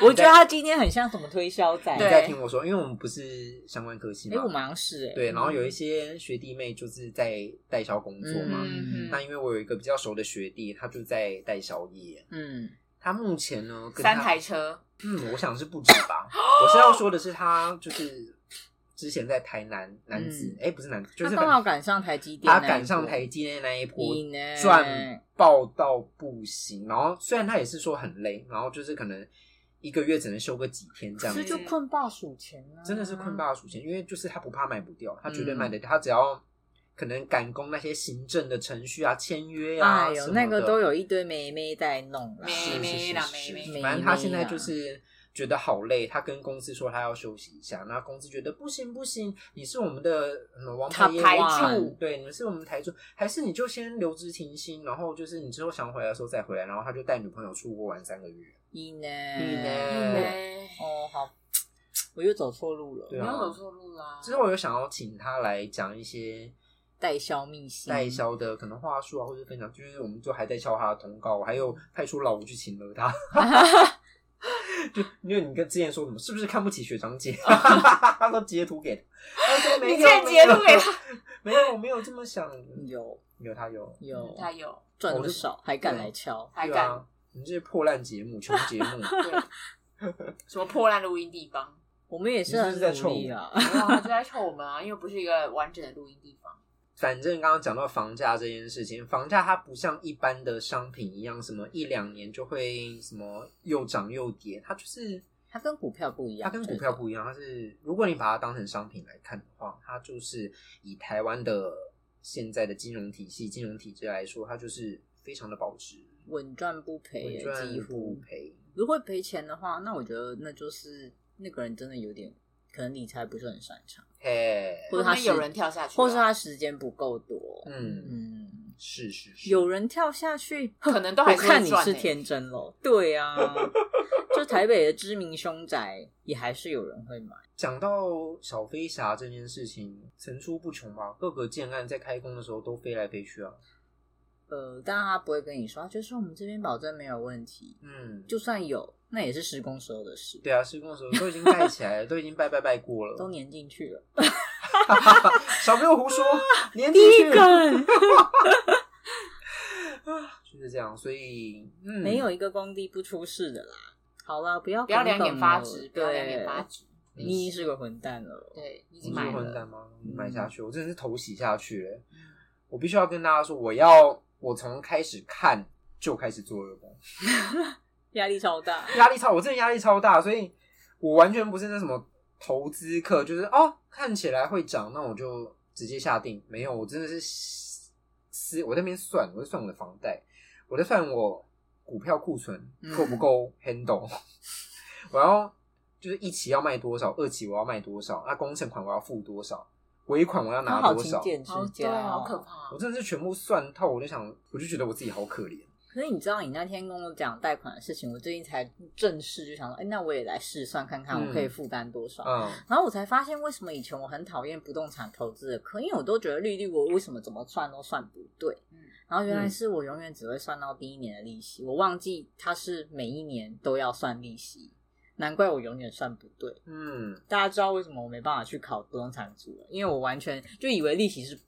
Speaker 3: 我觉得他今天很像什么推销仔。
Speaker 1: 你
Speaker 2: 对
Speaker 1: 在听我说，因为我们不是相关科系
Speaker 3: 哎，我们
Speaker 1: 嘛。
Speaker 3: 好像是哎。
Speaker 2: 嗯
Speaker 1: 对，然后有一些学弟妹就是在代销工作嘛。
Speaker 3: 嗯
Speaker 1: 那因为我有一个比较熟的学弟，他就在代销业。
Speaker 3: 嗯，
Speaker 1: 他目前呢，跟他
Speaker 2: 三台，车，
Speaker 1: 嗯，我想是不止吧。我是要说的是，他就是之前在台南男子，哎、不是男，就
Speaker 3: 嗯他
Speaker 1: 是
Speaker 3: 刚好赶上台积电
Speaker 1: 他
Speaker 3: 那一波，欸
Speaker 1: 赶上台积电那一波
Speaker 3: 你呢
Speaker 1: 赚爆到不行。然后虽然他也是说很累，然后就是可能一个月只能休个几天这样
Speaker 3: 所
Speaker 1: 子
Speaker 3: 以，就困霸数钱啊，
Speaker 1: 真的是困。霸数钱，因为就是他不怕卖不掉，他绝
Speaker 3: 嗯
Speaker 1: 对卖得掉，他只要可能赶工那些行政的程序啊、签约啊
Speaker 3: 哎
Speaker 1: 什
Speaker 3: 呦，
Speaker 1: 么的，
Speaker 3: 那个都有一堆妹妹在弄啦。
Speaker 1: 是
Speaker 2: 妹
Speaker 1: 是
Speaker 2: 妹
Speaker 1: 是
Speaker 2: 啦
Speaker 1: 是
Speaker 2: 妹妹
Speaker 1: 是反正他现在就是。觉得好累，他跟公司说他要休息一下，那公司觉得不行不行，你是我们的、嗯、王
Speaker 2: 他
Speaker 1: 牌业务
Speaker 2: 排
Speaker 1: 啊
Speaker 2: 住
Speaker 1: 对，你们是我们台柱，还是你就先留职停薪，然后就是你之后想回来的时候再回来，然后他就带女朋友出国玩三个月，
Speaker 3: 一
Speaker 1: 一
Speaker 3: 呢
Speaker 2: 嗯
Speaker 1: 呢
Speaker 2: 对，
Speaker 3: 哦，好，我又走错路了。
Speaker 1: 对
Speaker 2: 你
Speaker 1: 啊
Speaker 2: 又走错路啦。
Speaker 1: 之后我有想要请他来讲一些
Speaker 3: 代销秘辛，
Speaker 2: 嗯
Speaker 1: 代销的可能话术啊，或者分享，就是我们就还在敲他的通告，我还有派出老吴去请了 他。就因为你跟之前说什么，是不是看不起学长姐？ 他说截图给他，他说没有
Speaker 2: 哦你竟然截图给他，
Speaker 1: 没有没有我没有这么想。
Speaker 3: 有
Speaker 1: 有他有，
Speaker 3: 有
Speaker 2: 他 有，
Speaker 3: 赚那么少还敢来敲，
Speaker 2: 还
Speaker 1: 对
Speaker 2: 敢
Speaker 1: 啊，你这些破烂节目、穷节目，
Speaker 2: 对什么破烂录音地方？
Speaker 3: 我们也很努力啊。
Speaker 2: 哇，就在臭我们啊，因为不是一个完整的录音地方。
Speaker 1: 反正刚刚讲到房价这件事情，房价它不像一般的商品一样，什么一两年就会什么又涨又跌，它就是
Speaker 3: 它跟股票不一样，
Speaker 1: 它跟股票不一样，它是如果你把它当成商品来看的话，它就是以台湾的现在的金融体系、金融体制来说，它就是非常的保值，
Speaker 3: 稳赚不赔
Speaker 1: 稳
Speaker 3: 耶，几
Speaker 1: 赚不
Speaker 3: 乎。
Speaker 1: 赔。
Speaker 3: 如果赔钱的话，那我觉得那就是那个人真的有点可能理财不是很擅长，
Speaker 1: 嘿，
Speaker 3: 或者他
Speaker 2: 会不会有
Speaker 3: 是
Speaker 2: 人跳下去啊，
Speaker 3: 或是他时间不够多。
Speaker 1: 嗯，
Speaker 3: 嗯，
Speaker 1: 是是是，
Speaker 3: 有人跳下去，
Speaker 2: 可 能都
Speaker 3: 我
Speaker 2: 还是会
Speaker 3: 看你
Speaker 2: 赚
Speaker 3: 是
Speaker 2: 欸
Speaker 3: 天真喽。对啊，就台北的知名凶宅也还是有人会买。
Speaker 1: 讲到小飞侠这件事情，层出不穷吧，各个建案在开工的时候都飞来飞去啊。
Speaker 3: 呃，当然他不会跟你说，他就说我们这边保证没有问题，
Speaker 1: 嗯，
Speaker 3: 就算有，那也是施工时候的事，
Speaker 1: 对啊，施工的时候都已经盖起来了，都已经拜拜拜过
Speaker 3: 都
Speaker 1: 了。
Speaker 3: 粘进去了。
Speaker 1: 小朋友胡说，年纪
Speaker 3: 啊第一
Speaker 1: 去
Speaker 3: 个
Speaker 1: 就是这样，所以嗯，
Speaker 3: 没有一个工地不出事的啦。好了，不要
Speaker 2: 不要
Speaker 3: 耿
Speaker 2: 两
Speaker 3: 耿
Speaker 2: 眼发
Speaker 3: 了
Speaker 2: 直，不要两眼
Speaker 3: 对，
Speaker 2: 发直。
Speaker 3: 你
Speaker 1: 嗯
Speaker 3: 已经是个混蛋了。
Speaker 2: 对，已
Speaker 1: 你
Speaker 2: 经
Speaker 1: 是
Speaker 2: 买
Speaker 1: 混
Speaker 2: 了，
Speaker 1: 蛋吗？
Speaker 3: 嗯
Speaker 1: 买下去，我真的是头洗下去了。我必须要跟大家说，我要我从开始看就开始做噩梦，
Speaker 3: 压力超大。
Speaker 1: 压力超，我真的压力超大，所以我完全不是那什么投资客，就是哦看起来会涨，那我就直接下定。没有，我真的是是我在那边算，我在算我的房贷，我在算我股票库存够不够 handle，、我要就是一期要卖多少，二期我要卖多少，那工程款我要付多少，尾款我要
Speaker 3: 他
Speaker 1: 拿
Speaker 3: 好
Speaker 1: 多
Speaker 3: 勤
Speaker 1: 少。
Speaker 3: 俭持
Speaker 2: 好对
Speaker 3: 家
Speaker 2: 啊，
Speaker 3: 哦，
Speaker 2: 好可怕
Speaker 1: 我
Speaker 2: 哦。
Speaker 1: 真的是全部算透，我就想，我就觉得我自己好可怜。
Speaker 3: 可是你知道，你那天跟我讲贷款的事情，我最近才正式就想说，哎、那我也来试算看看，
Speaker 1: 嗯
Speaker 3: 我可以负担多少。
Speaker 1: 嗯，
Speaker 3: 然后我才发现，为什么以前我很讨厌不动产投资的课，因为我都觉得利率我为什么怎么算都算不对。
Speaker 2: 嗯
Speaker 3: 然后原来是我永远只会算到第一年的利息，我忘记它是每一年都要算利息，难怪我永远算不对。
Speaker 1: 嗯，
Speaker 3: 大家知道为什么我没办法去考不动产组了，因为我完全就以为利息是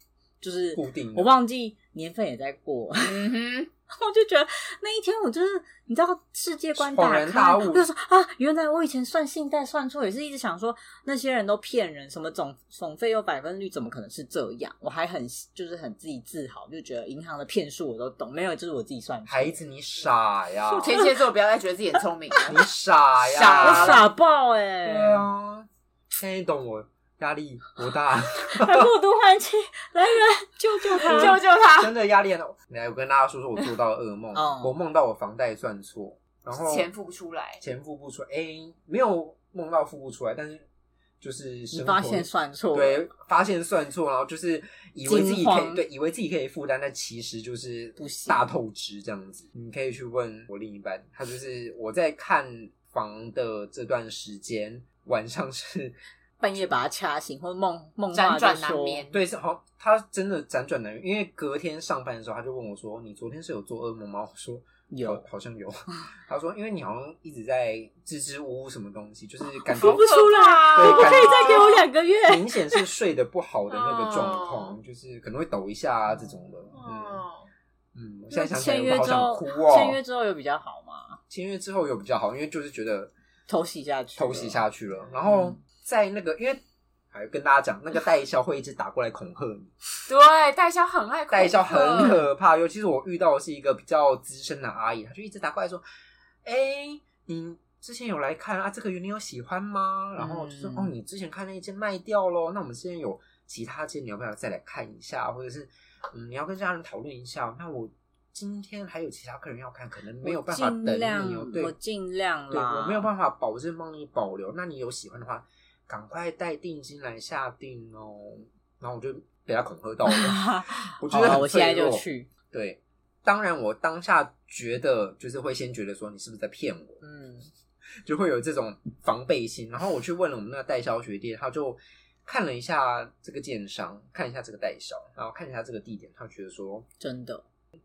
Speaker 3: 就是
Speaker 1: 固定的
Speaker 3: 我忘记年份也在过，
Speaker 2: 嗯哼，
Speaker 3: 我就觉得那一天我就是你知道世界观
Speaker 1: 恍
Speaker 3: 打
Speaker 1: 然
Speaker 3: 开，
Speaker 1: 大悟
Speaker 3: 就是啊，原来我以前算信贷算错，也是一直想说那些人都骗人，什么总总费用百分率怎么可能是这样？我还很就是很自己自豪，就觉得银行的骗术我都懂，没有就是我自己算错
Speaker 1: 孩子你傻呀，
Speaker 2: 天蝎座不要再觉得自己很聪明
Speaker 1: 你
Speaker 2: 了，
Speaker 1: 傻呀，
Speaker 2: 傻
Speaker 3: 我傻爆哎、
Speaker 1: 啊对啊，现在你懂我压力多 大，
Speaker 3: 还过度换气，来人救 救他！
Speaker 2: 救救他！
Speaker 1: 真的压力很大。来，我跟大家说说我做到的噩梦
Speaker 3: 哦，
Speaker 1: 我梦到我房贷算错， 然后
Speaker 2: 钱付不出来，
Speaker 1: 钱付不出来，哎、没有梦到付不出来，但是就是
Speaker 3: 你
Speaker 1: 生活
Speaker 3: 发现算错，
Speaker 1: 对，发现算错，然后就是以为自己
Speaker 3: 惊
Speaker 1: 可
Speaker 3: 慌
Speaker 1: 以对，以为自己可以负担，但其实就是
Speaker 3: 不行
Speaker 1: 大透支这样子。你可以去问我另一半，他就是我在看房的这段时间，晚上是
Speaker 3: 半夜把他掐醒，或梦梦话
Speaker 2: 辗
Speaker 3: 就
Speaker 2: 转难
Speaker 3: 说，
Speaker 2: 眠。
Speaker 1: 对，是好像，他真的辗转难眠，因为隔天上班的时候，他就问我说：“你昨天是有做噩梦吗？”我说：“
Speaker 3: 有
Speaker 1: 好好像 有。”他说：“因为你好像一直在支支吾吾什么东西，就是感
Speaker 2: 好哦
Speaker 1: 觉
Speaker 3: 不出来
Speaker 2: 可怕
Speaker 1: 对
Speaker 3: 你不可以
Speaker 1: 感
Speaker 3: 再给我两个月。
Speaker 1: 明显是睡得不好的那个状
Speaker 3: 哦
Speaker 1: 况，就是可能会抖一下啊这种的。”嗯
Speaker 2: 哦，
Speaker 1: 嗯， 我现在
Speaker 3: 那
Speaker 1: 想起来
Speaker 3: 签
Speaker 1: 我
Speaker 3: 约
Speaker 1: 好
Speaker 3: 之
Speaker 1: 想
Speaker 3: 后
Speaker 1: 哭哦。，
Speaker 3: 签约之后有比较好吗？
Speaker 1: 签约之后有比较好，因为就是觉得
Speaker 3: 偷袭下去了，
Speaker 1: 偷袭下去了，然后
Speaker 3: 嗯
Speaker 1: 在那个因为。还跟大家讲，那个代销会一直打过来恐吓你，
Speaker 2: 对，代销很爱恐吓
Speaker 1: 代销很可怕，尤其是我遇到的是一个比较资深的阿姨，她就一直打过来说：“哎、你之前有来看啊？这个园林有喜欢吗？”然后就说：“
Speaker 3: 嗯
Speaker 1: 哦，你之前看那一间卖掉咯，那我们现在有其他间，你要不要再来看一下？或者是嗯，你要跟家人讨论一下？那我今天还有其他客人要看，可能
Speaker 3: 我
Speaker 1: 没有办法等
Speaker 3: 尽量
Speaker 1: 你哦。对，
Speaker 3: 我尽量
Speaker 1: 对
Speaker 3: 啦，
Speaker 1: 我没有办法保证帮你保留。那你有喜欢的话，赶快带定金来下定哦。然后我就被他恐吓到了， 我觉
Speaker 3: 好
Speaker 1: 得
Speaker 3: 了，
Speaker 1: 很
Speaker 3: 我现在
Speaker 1: 脆
Speaker 3: 就
Speaker 1: 弱。
Speaker 3: 去。
Speaker 1: 对，当然我当下觉得就是会先觉得说你是不是在骗我，
Speaker 3: 嗯，
Speaker 1: 就会有这种防备心。然后我去问了我们那个代销学店，他就看了一下这个建商，看一下这个代销，然后看一下这个地点，他觉得说
Speaker 3: 真的，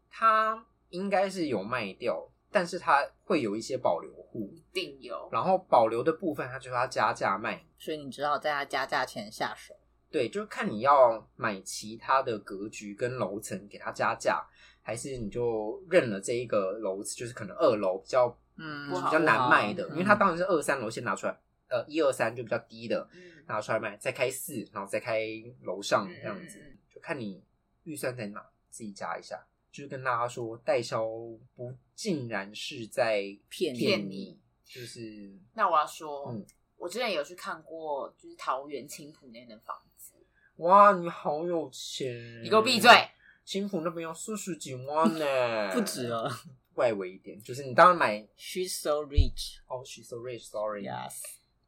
Speaker 1: 他应该是有卖掉，但是他会有一些保留户，
Speaker 2: 一定有。
Speaker 1: 然后保留的部分他就要加价卖。
Speaker 3: 所以你只好在他加价前下手。
Speaker 1: 对，就是看你要买其他的格局跟楼层给他加价，还是你就认了这一个楼，就是可能二楼比较
Speaker 3: 嗯，
Speaker 2: 不
Speaker 1: 比
Speaker 2: 好嗯
Speaker 1: 较难卖的，因为它当然
Speaker 3: 然
Speaker 1: 是二三楼先拿出来，呃，一二三就比较低的
Speaker 2: 嗯
Speaker 1: 拿出来卖，再开四，然后再开楼上
Speaker 2: 嗯
Speaker 1: 这样子
Speaker 2: 嗯嗯，
Speaker 1: 就看你预算在哪，自己加一下。就是跟大家说，代销不竟然是在
Speaker 3: 骗
Speaker 1: 骗
Speaker 3: 你，
Speaker 1: 你，就是
Speaker 2: 那我要说，
Speaker 1: 嗯
Speaker 2: 我之前有去看过，就是桃园青浦那边的房子。
Speaker 1: 哇，你好有钱，
Speaker 2: 你给我闭嘴！
Speaker 1: 新浦那边要四十几万 呢
Speaker 3: 不止
Speaker 2: 啊
Speaker 3: 了。
Speaker 1: 外围一点，就是你当然买
Speaker 3: She's so rich.
Speaker 1: 哦，she's so rich，sorry，
Speaker 3: Yes，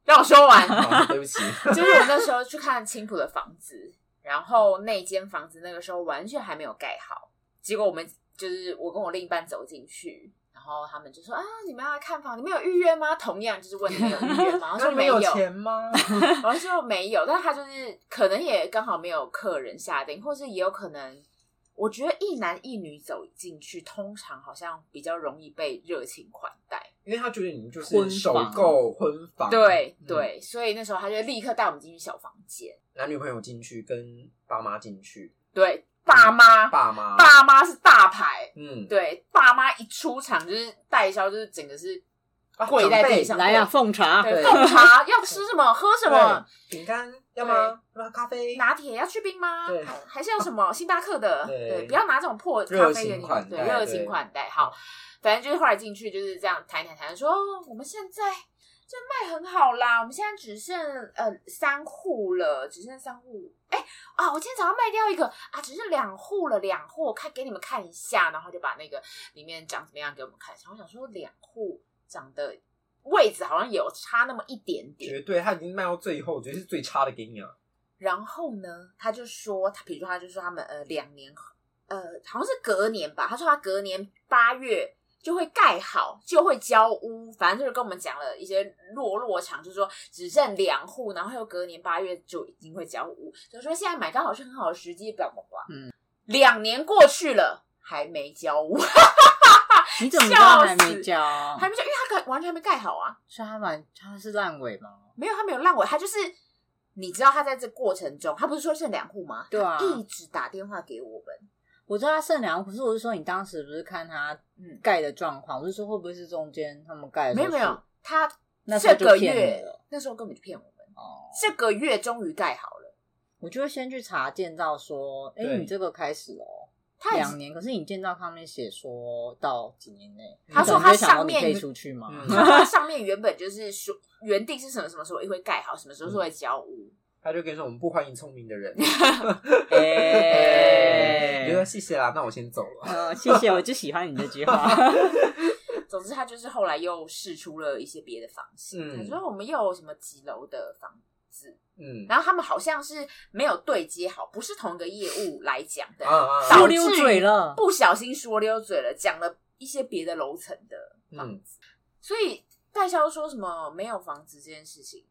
Speaker 2: 让我说完。
Speaker 1: 哦对 不起，
Speaker 2: 就是我那时候去看青浦的房子，然后那间房子那个时候完全还没有盖好，结果我们就是我跟我另一半走进去。然后他们就说啊，你们要来看房，你们有预约吗？同样就是问你们有预约吗？然后
Speaker 1: 那
Speaker 2: 说
Speaker 1: 你
Speaker 2: 没
Speaker 1: 们有 钱吗？
Speaker 2: 我是说没有，但他就是可能也刚好没有客人下定，或是也有可能，我觉得一男一女走进去，通常好像比较容易被热情款待。
Speaker 1: 因为他觉得你们就
Speaker 3: 婚
Speaker 1: 是首
Speaker 3: 房
Speaker 1: 购婚房，
Speaker 2: 对
Speaker 1: 嗯，
Speaker 2: 对，所以那时候他就立刻带我们进去小房间，
Speaker 1: 男女朋友进去跟爸妈进去，
Speaker 2: 对，爸妈，
Speaker 1: 爸妈，
Speaker 2: 爸妈是大牌，
Speaker 1: 嗯，
Speaker 2: 对，爸妈一出场就是代销，就是整个是
Speaker 1: 啊
Speaker 2: 跪在地上，
Speaker 3: 来呀，奉茶。
Speaker 2: 对，
Speaker 1: 对
Speaker 2: 奉茶要吃什么喝什么，
Speaker 1: 对饼干要吗？要吗？咖啡，
Speaker 2: 拿铁要去冰吗？
Speaker 1: 对
Speaker 2: 还还是要什么星巴克的？
Speaker 1: 对
Speaker 2: 对，不要拿这种破咖啡给
Speaker 1: 热情
Speaker 2: 你
Speaker 1: 款，
Speaker 2: 对，
Speaker 1: 待
Speaker 2: 热
Speaker 1: 对
Speaker 2: 情款待。好，反正就是后来进去就是这样谈一谈谈，说哦我们现在就卖很好啦，我们现在只剩呃三户了，只剩三户。哎啊，我今天早上卖掉一个啊，只剩两户了，两户，看给你们看一下，然后就把那个里面长怎么样给我们看一下。我想说两户长的位置好像有差那么一点点，
Speaker 1: 绝对他已经卖到最后，绝对是最差的给你了。
Speaker 2: 然后呢，他就说，他比如说他就说他们呃两年，呃好像是隔年吧，他说他隔年八月就会盖好，就会交屋，反正就是跟我们讲了一些落落场，就是说只剩两户，然后又隔年八月就一定会交屋，所以说现在买刚好是很好的时机，叭叭叭，
Speaker 3: 嗯，
Speaker 2: 两年过去了还没交屋，
Speaker 3: 你怎么知道还没交？
Speaker 2: 还没交，因为他盖完全还没盖好啊，
Speaker 3: 所以他蛮他是烂尾吗？
Speaker 2: 没有他没有烂尾，他就是。你知道他在这过程中，他不是说剩两户吗？
Speaker 3: 对啊
Speaker 2: 他一直打电话给我们，
Speaker 3: 我知道他剩两户，可是我是说你当时不是看他
Speaker 2: 嗯，
Speaker 3: 盖的状况，我是说会不会是中间他们盖的
Speaker 2: 没
Speaker 3: 时
Speaker 2: 有
Speaker 3: 候是
Speaker 2: 没有，他
Speaker 3: 那时候
Speaker 2: 这
Speaker 3: 就
Speaker 2: 个
Speaker 3: 骗
Speaker 2: 月
Speaker 3: 你了
Speaker 2: 那时候根本就骗我们，
Speaker 3: 哦，
Speaker 2: 这个月终于盖好了，
Speaker 3: 我就会先去查建造说，哎、
Speaker 1: 对
Speaker 3: 你这个开始哦，
Speaker 2: 他已
Speaker 3: 两
Speaker 2: 经
Speaker 3: 年，可是你建造上面写说到几年内，
Speaker 2: 他
Speaker 3: 你
Speaker 2: 说
Speaker 3: 可能
Speaker 2: 他
Speaker 3: 就想到
Speaker 2: 上面
Speaker 3: 你可以出去吗？
Speaker 1: 嗯
Speaker 2: 他说他上面原本就是说原定是什么什么时候会盖好，什么时候
Speaker 3: 嗯
Speaker 2: 会交屋，
Speaker 1: 他就跟你说我们不欢迎聪明的 人，
Speaker 3: 哎、
Speaker 1: 你就说谢谢啦，那我先走了。
Speaker 3: 呃，谢谢，我就喜欢你这句话。
Speaker 2: 总之他就是后来又试出了一些别的房型，
Speaker 1: 嗯
Speaker 2: 他说我们又有什么几楼的房子，
Speaker 1: 嗯，
Speaker 2: 然后他们好像是没有对接好，不是同一个业务来讲的，
Speaker 1: 啊啊，
Speaker 3: 哦说
Speaker 2: 导
Speaker 1: 啊
Speaker 2: 致
Speaker 3: 溜嘴了
Speaker 2: 不小心说溜嘴了，讲了一些别的楼层的房子，所以代销说什么没有房子这件事情，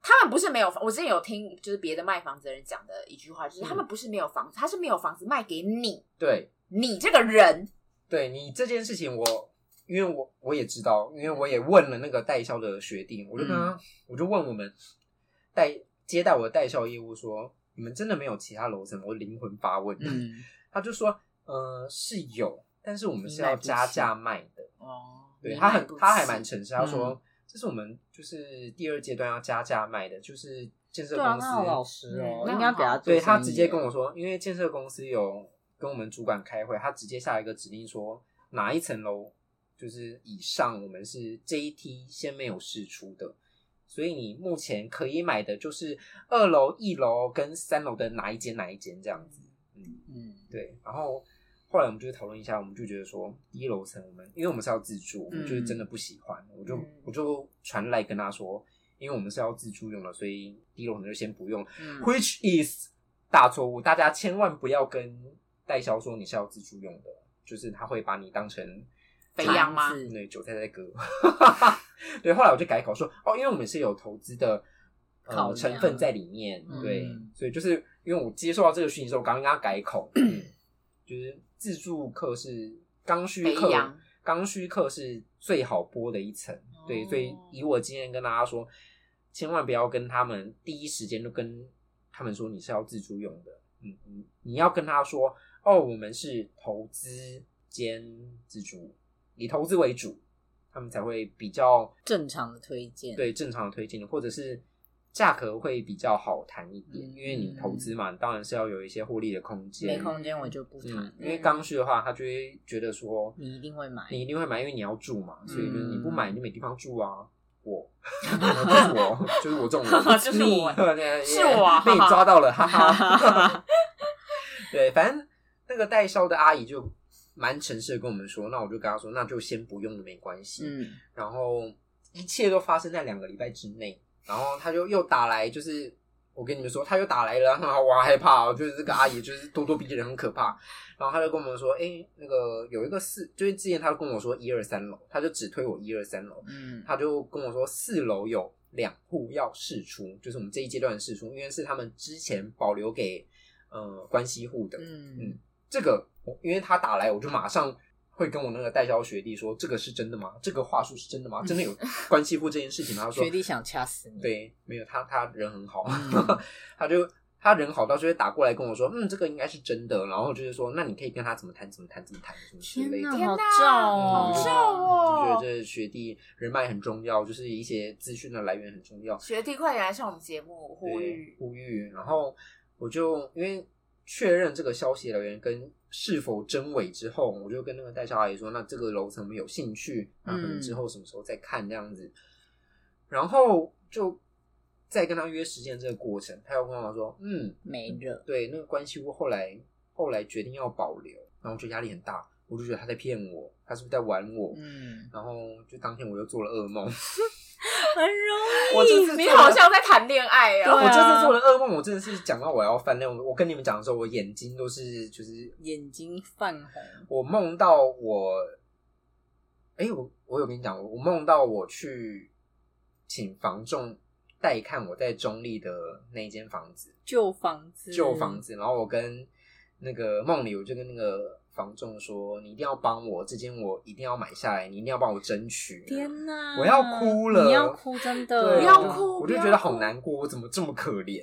Speaker 2: 他们不是没有房，我之前有听就是别的卖房子的人讲的一句话，就是
Speaker 1: 嗯
Speaker 2: 他们不是没有房子，他是没有房子卖给你，
Speaker 1: 对
Speaker 2: 你这个人，
Speaker 1: 对，你这件事情我。因为我我也知道，因为我也问了那个代销的学弟，我就跟他，我就问我们代接待我的代销业务说，你们真的没有其他楼层？我灵魂发问，
Speaker 3: 嗯，
Speaker 1: 他就说，呃，是有，但是我们是
Speaker 3: 你买
Speaker 1: 要
Speaker 3: 不
Speaker 1: 加
Speaker 3: 起
Speaker 1: 价卖的。
Speaker 2: 哦，
Speaker 1: 对
Speaker 2: 你
Speaker 1: 他
Speaker 2: 买
Speaker 1: 很
Speaker 2: 不，
Speaker 1: 他还
Speaker 2: 起
Speaker 1: 蛮诚实，他说、
Speaker 3: 嗯
Speaker 1: 这是我们就是第二阶段要加价卖的，就是建设
Speaker 3: 对啊，
Speaker 1: 公司。
Speaker 3: 他好老实哦，
Speaker 2: 嗯
Speaker 3: 应该给他做
Speaker 1: 对他
Speaker 3: 生意
Speaker 1: 直接跟我说，因为建设公司有跟我们主管开会，他直接下一个指令说哪一层楼就是以上我们是这一梯先没有试出的，所以你目前可以买的就是二楼、一楼跟三楼的哪一间哪一间这样子。嗯，
Speaker 3: 嗯，
Speaker 1: 对，然后后来我们就是讨论一下，我们就觉得说，第一楼层我们，因为我们是要自助，我们
Speaker 3: 嗯
Speaker 1: 就是真的不喜欢，我就
Speaker 2: 嗯
Speaker 1: 我就传来跟他说，因为我们是要自助用的，所以第一楼层就先不用、
Speaker 3: 嗯
Speaker 1: w h i c h is 大错误，大家千万不要跟代销说你是要自助用的，就是他会把你当成
Speaker 2: 肥羊吗
Speaker 3: 盘子
Speaker 1: 那韭菜在割。 对，后来我就改口说，哦，因为我们是有投资的
Speaker 3: 考
Speaker 1: 呃
Speaker 3: 量
Speaker 1: 成分在里面，
Speaker 3: 嗯
Speaker 1: 对，所以就是因为我接受到这个讯息之后，我刚刚跟他改口，嗯就是自助课是刚需课
Speaker 2: 肥羊，
Speaker 1: 刚需课是最好播的一层，对，
Speaker 3: 哦
Speaker 1: 所以以我经验跟大家说，千万不要跟他们第一时间就跟他们说你是要自助用的，嗯嗯，你要跟他说哦，我们是投资兼自助，以投资为主，他们才会比较
Speaker 3: 正常的推荐，，
Speaker 1: 对正常的推荐，或者是价格会比较好谈一点，
Speaker 3: 嗯
Speaker 1: 因为你投资嘛，你当然是要有一些获利的空间。
Speaker 3: 没空间我就不谈
Speaker 1: 嗯
Speaker 3: 了，，
Speaker 1: 因为刚需的话，他就会觉得说
Speaker 3: 你一定会买嗯
Speaker 1: 你一定会买，因为你要住嘛，所以就是你不买你就没地方住啊。 我就是我，就是我这种人，
Speaker 3: 就是我
Speaker 1: 对
Speaker 2: 是我
Speaker 1: 被你抓到了，哈
Speaker 3: 哈哈
Speaker 1: 哈。 对，反正那个代销的阿姨就蛮诚实的跟我们说，那我就跟她说，那就先不用了，没关系。
Speaker 3: 嗯，
Speaker 1: 然后一切都发生在两个礼拜之内，然后他就又打来，就是我跟你们说，他又打来了，然后我好害怕哦，就是这个阿姨就是咄咄逼人，很可怕。然后他就跟我们说，哎，那个有一个四，就是之前他跟我说一二三楼，他就只推我一二三楼，
Speaker 3: 嗯，
Speaker 1: 他就跟我说四楼有两户要试出，就是我们这一阶段的试出，因为是他们之前保留给呃关系户的，
Speaker 3: 嗯
Speaker 1: 这个，我因为他打来，我就马上会跟我那个代销学弟说，这个是真的吗？这个话术是真的吗？真的有关系户这件事 情吗？他说
Speaker 3: 嗯学弟想掐死你，，
Speaker 1: 对，没有他，他人很好，
Speaker 3: 嗯
Speaker 1: 他就他人好到就会打过来跟我说，嗯，这个应该是真的，然后就是说，那你可以跟他怎么谈，怎么谈，怎么谈，什么之类
Speaker 3: 天
Speaker 1: 的
Speaker 3: 哪，。
Speaker 2: 天
Speaker 3: 好
Speaker 2: 哪
Speaker 3: 照
Speaker 1: 嗯
Speaker 3: 哦，
Speaker 2: 好照哦
Speaker 1: 我就觉得这学弟人脉很重要，就是一些资讯的来源很重要。
Speaker 2: 学弟快点来上我们节目呼
Speaker 1: 对
Speaker 2: 吁，
Speaker 1: 呼吁，然后我就因为确认这个消息来源跟是否真伪之后，我就跟那个代销阿姨说，那这个楼层我们有兴趣，那可能之后什么时候再看这样子，然后就再跟他约时间这个过程，他又跟我说，嗯，
Speaker 3: 没了，
Speaker 1: 对，那个关系屋后来后来决定要保留，然后我就压力很大，我就觉得他在骗我，他是不是在玩我？
Speaker 3: 嗯，
Speaker 1: 然后就当天我又做了噩梦，
Speaker 3: 很 容
Speaker 1: 我这次
Speaker 2: 你
Speaker 1: 做了
Speaker 2: 好像在谈恋爱
Speaker 3: 对
Speaker 2: 哦，
Speaker 1: 我
Speaker 3: 啊
Speaker 1: 这次做了噩梦，我真的是讲到我要翻泪。我我跟你们讲的时候，我眼睛都是就是
Speaker 3: 易，眼睛泛红，
Speaker 1: 我梦到我，哎、我我有跟你讲，我梦到我去请房仲带看我在中立的那一间房子，
Speaker 3: 旧房子，
Speaker 1: 旧房，
Speaker 3: 嗯
Speaker 1: 子，然后我跟那个梦里，我就跟那个房仲说，你一定要帮我，这间我一定要买下来，你一定要帮我争取。
Speaker 3: 天哪，
Speaker 1: 啊我要哭了
Speaker 3: 你要哭，真的，
Speaker 1: 对
Speaker 2: 不要哭
Speaker 1: 我就觉得好难过，我怎么这么可 怜，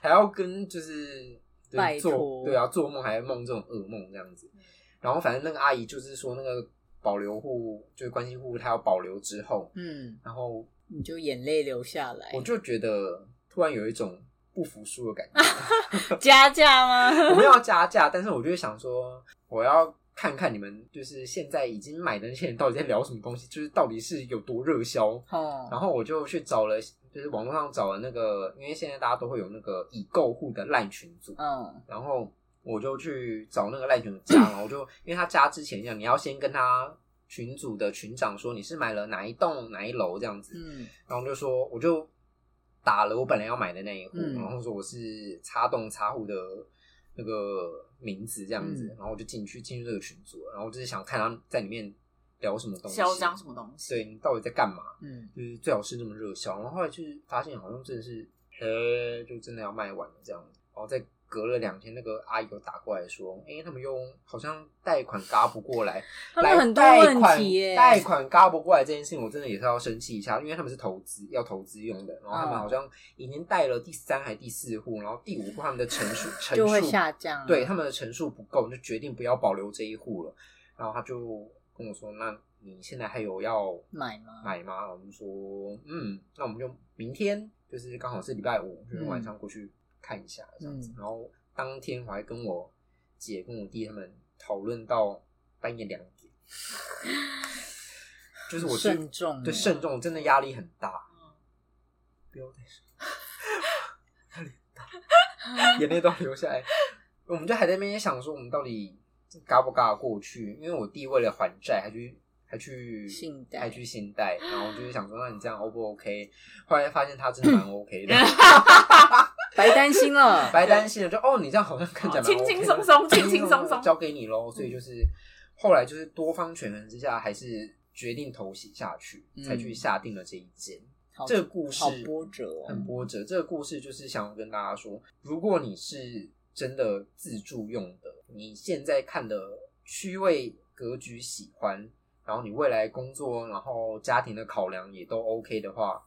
Speaker 1: 还要跟就是对
Speaker 3: 拜托
Speaker 1: 做对啊，做梦还梦这种噩梦这样子。
Speaker 2: 嗯
Speaker 1: 然后反正那个阿姨就是说，那个保留户就是关系户，她要保留之后，
Speaker 3: 嗯，
Speaker 1: 然后
Speaker 3: 你就眼泪流下来，
Speaker 2: 哎
Speaker 1: 我就觉得突然有一种不服输的感 觉。
Speaker 3: 加价吗？
Speaker 1: 我没有要加价，但是我就会想说，我要看看你们就是现在已经买的那些人到底在聊什么东西，就是到底是有多热销。
Speaker 3: 哦，
Speaker 1: 然后我就去找了，就是网络上找了那个，因为现在大家都会有那个已购户的赖群组，
Speaker 3: 嗯，
Speaker 1: 然后我就去找那个赖群组加，然后我就因为他加之前一样，你要先跟他群组的群长说你是买了哪一栋哪一楼这样子，
Speaker 3: 嗯，
Speaker 1: 然后我就说我就打了我本来要买的那一户，
Speaker 3: 嗯
Speaker 1: 然后说我是插栋插户的那个名字这样
Speaker 2: 嗯
Speaker 1: 子，然后我就进去进去这个群组，然后我就是想看他们在里面聊什么东西，
Speaker 2: 嚣张什么东西？
Speaker 1: 对你到底在干嘛？
Speaker 3: 嗯，
Speaker 1: 就是最好是那么热销，然后后来就是发现好像真的是，呃，就真的要卖完了这样子，然后再隔了两天，那个阿姨又打过来说，哎、他们用好像贷款嘎不过来，
Speaker 3: 他
Speaker 1: 来
Speaker 3: 们很多
Speaker 1: 贷
Speaker 3: 问
Speaker 1: 款
Speaker 3: 题耶，
Speaker 1: 贷款嘎不过来这件事情，我真的也是要生气一下，因为他们是投资要投资用的，然后他们
Speaker 3: 嗯
Speaker 1: 好像已经贷了第三还第四户，然后第五户他们的陈 数陈
Speaker 3: 就会
Speaker 1: 数
Speaker 3: 下降啊，
Speaker 1: 对他们的陈数不够，就决定不要保留这一户了，然后他就跟我说，那你现在还有要
Speaker 3: 买吗？
Speaker 1: 买吗？我们说，嗯，那我们就明天，就是刚好是礼拜五，就是晚上过去看一下这样子。
Speaker 3: 嗯
Speaker 1: 然后当天我还跟我姐跟我弟他们讨论到半夜两点， 就是我去
Speaker 3: 慎重，啊
Speaker 1: 对慎，重，真的压力很大，
Speaker 3: 嗯
Speaker 1: 不要再 说，压力很大，眼泪都要流下来。我们就还在那边想说，我们到底嘎不嘎过去，因为我弟为了还债，还去还去
Speaker 3: 信贷
Speaker 1: 还去信贷，然后就是想说，那你这样 O 不 OK？后来发现他真的蛮 OK 的，
Speaker 3: 白担心了，
Speaker 1: 白担心了，就哦，你这样好像看起来蛮 OK 的
Speaker 2: 轻轻松松轻轻松松嗯
Speaker 1: 交给你喽。所以就是后来就是多方权衡之下，还是决定投袭下去，
Speaker 3: 嗯
Speaker 1: 才去下定了这一间。
Speaker 3: 好
Speaker 1: 这个故事
Speaker 3: 好波折哦，
Speaker 1: 很波折。这个故事就是想要跟大家说，如果你是真的自助用的，你现在看的区位格局喜欢，然后你未来工作，然后家庭的考量也都 OK 的话，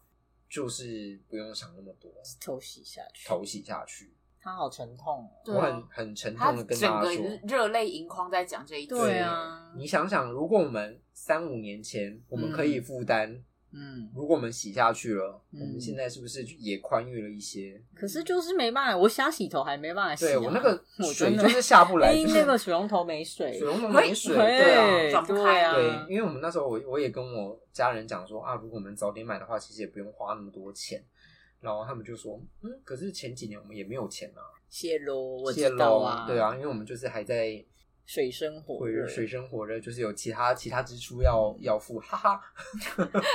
Speaker 1: 就是不用想那么多，
Speaker 3: 偷袭下去，
Speaker 1: 投洗下去。
Speaker 3: 他好沉痛哦。
Speaker 2: 对
Speaker 1: 我
Speaker 2: 啊
Speaker 1: 很很沉
Speaker 2: 他
Speaker 1: 痛的跟
Speaker 2: 整
Speaker 1: 大家
Speaker 2: 个
Speaker 1: 说，
Speaker 2: 热泪盈眶在讲这一集，
Speaker 3: 对啊
Speaker 1: 你想想，如果我们三五年前我们可以负担，
Speaker 3: 嗯，
Speaker 1: 如果我们洗下去了，
Speaker 3: 嗯
Speaker 1: 我们现在是不是也宽裕了一些？
Speaker 3: 可是就是没办法，我想洗头还没办法洗啊、
Speaker 1: 对我那个
Speaker 3: 我
Speaker 1: 水
Speaker 3: 真
Speaker 1: 就
Speaker 3: 的
Speaker 1: 是下不来，
Speaker 3: 哎
Speaker 1: 就，是
Speaker 3: 那个水龙头没水
Speaker 1: 水，龙头没水，对
Speaker 3: 对
Speaker 1: 啊。
Speaker 2: 转不开
Speaker 3: 啊，
Speaker 1: 对，因为我们那时候我我也跟我家人讲说啊，如果我们早点买的话，其实也不用花那么多钱。然后他们就说，嗯，可是前几年我们也没有钱啊，
Speaker 3: 泄露，我
Speaker 1: 谢
Speaker 3: 知道
Speaker 1: 喽，
Speaker 3: 啊，
Speaker 1: 对啊，，因为我们就是还在
Speaker 3: 水深火
Speaker 1: 水
Speaker 3: 热，
Speaker 1: 水深火热，就是有其他其他支出要要付，哈哈，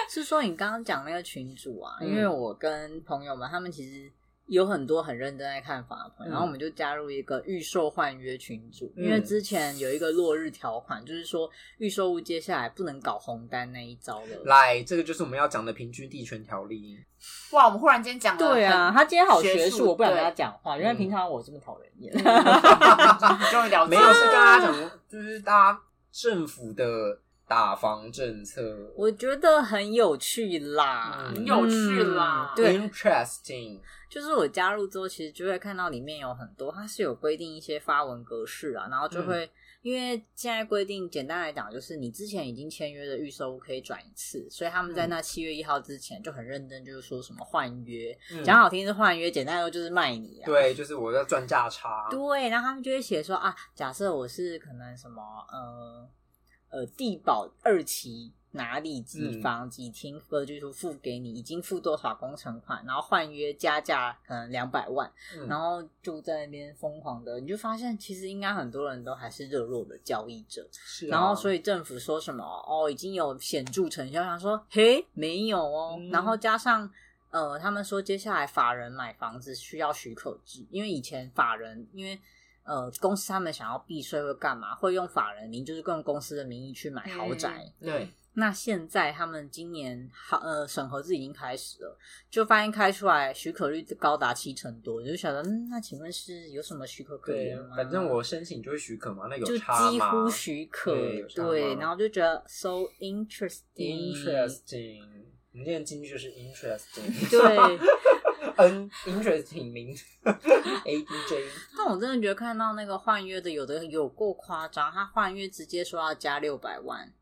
Speaker 3: 是说你刚刚讲那个群主啊，
Speaker 1: 嗯
Speaker 3: 因为我跟朋友们他们其实有很多很认真在看房的朋友，
Speaker 1: 嗯
Speaker 3: 然后我们就加入一个预售换约群组，
Speaker 1: 嗯
Speaker 3: 因为之前有一个落日条款，就是说预售屋接下来不能搞红单那一招了。
Speaker 1: 来，这个就是我们要讲的平均地权条例。
Speaker 2: 哇，我们忽然间讲了，
Speaker 3: 对啊，他今天好学
Speaker 2: 学
Speaker 3: 术，
Speaker 2: 术
Speaker 3: 我不想跟他
Speaker 2: 对嗯
Speaker 3: 讲话，因为
Speaker 1: 嗯
Speaker 3: 平常我这么讨人厌。
Speaker 2: 很 终于
Speaker 3: 哦
Speaker 2: 了
Speaker 1: 没
Speaker 2: 解
Speaker 1: 有是跟
Speaker 2: 了。
Speaker 1: 大
Speaker 3: 啊
Speaker 1: 家讲，就是大家政府的打房政策
Speaker 3: 我觉得很有趣啦，
Speaker 1: 嗯很
Speaker 2: 有趣啦
Speaker 3: 嗯对，
Speaker 1: ，interesting，
Speaker 3: 就是我加入之后，其实就会看到里面有很多，它是有规定一些发文格式啊，然后
Speaker 1: 嗯
Speaker 3: 就会、因为现在规定，简单来讲就是你之前已经签约的预售屋可以转一次，所以他
Speaker 1: 嗯
Speaker 3: 们在那七月一号之前就很认真，就是说什么换约，
Speaker 1: 嗯
Speaker 3: 讲、好听是换约，简单来说就是卖你啊。
Speaker 1: 对，就是我要赚价差，
Speaker 3: 对，然后他们就会写说啊，假设我是可能什么呃呃地保二期哪里几
Speaker 1: 嗯
Speaker 3: 房几厅分居出付给你，已经付多少工程款，然后换约加价可能两百万，
Speaker 1: 嗯
Speaker 3: 然后就在那边疯狂的，你就发现其实应该很多人都还是热络的交易者，
Speaker 1: 是啊，
Speaker 3: 然后所以政府说什么哦，已经有显著成效，他说嘿没有哦，
Speaker 1: 嗯
Speaker 3: 然后加上呃，他们说接下来法人买房子需要许可制，因为以前法人因为。呃，公司他们想要避税会干嘛？会用法人名，就是用公司的名义去买豪宅。
Speaker 1: 对，
Speaker 3: 那现在他们今年好呃审核制已经开始了，就发现开出来许可率高达七成多，我就想得嗯，那请问是有什么许可可
Speaker 1: 对
Speaker 3: 言吗？，
Speaker 1: 反正我申请就会许可嘛，那有
Speaker 3: 就
Speaker 1: 差
Speaker 3: 几
Speaker 1: 嘛
Speaker 3: 乎许可，
Speaker 1: 对有差
Speaker 3: 对，
Speaker 1: 嘛
Speaker 3: 然后就觉得 so interesting，
Speaker 1: ，interesting，我们念京剧就是 interesting，
Speaker 3: 对。
Speaker 1: 嗯，interesting 名 A D J，
Speaker 3: 但我真的觉得看到那个换约的，有的有够夸张，他换约直接说要加六百万，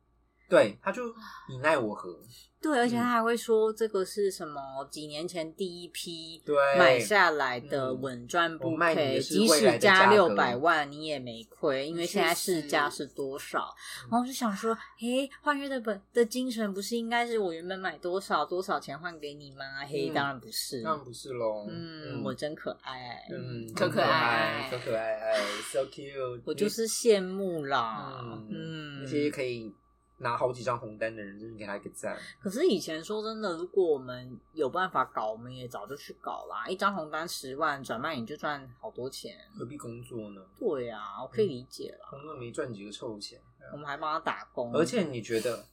Speaker 1: 对，他
Speaker 3: 啊
Speaker 1: 就你奈我何，
Speaker 3: 对，而且
Speaker 1: 嗯
Speaker 3: 他还会说这个是什么几年前第一批
Speaker 1: 对，
Speaker 3: 买下来的
Speaker 1: 嗯
Speaker 3: 稳赚
Speaker 1: 我
Speaker 3: 不
Speaker 1: 卖你
Speaker 3: 赔，
Speaker 1: 的是
Speaker 3: 即
Speaker 1: 未来
Speaker 3: 使
Speaker 1: 的
Speaker 3: 加
Speaker 1: 价格
Speaker 3: 六百万你也没亏，因为现在市价
Speaker 2: 确
Speaker 3: 是多少？
Speaker 1: 嗯
Speaker 3: 然后我就想说，诶，换约的本的精神不是应该是我原本买多少多少钱换给你吗？嘿，
Speaker 1: 嗯
Speaker 3: 当然不是，
Speaker 1: 当然不是喽，
Speaker 3: 嗯，我真可爱，
Speaker 1: 嗯，
Speaker 2: 可可爱爱
Speaker 1: 可可爱爱，so cute。
Speaker 3: 我就是羡慕啦，
Speaker 1: 嗯，
Speaker 3: 嗯
Speaker 1: 那，些可以拿好几张红单的人，真的给他一个赞。
Speaker 3: 可是以前说真的，如果我们有办法搞，我们也早就去搞啦。一张红单十万转卖，你就赚好多钱。
Speaker 1: 何必工作呢？
Speaker 3: 对啊，我可
Speaker 1: 嗯
Speaker 3: 以理解啦。
Speaker 1: 工作没赚几个臭钱。对啊
Speaker 3: 我们还帮他打工，
Speaker 1: 而且你觉得，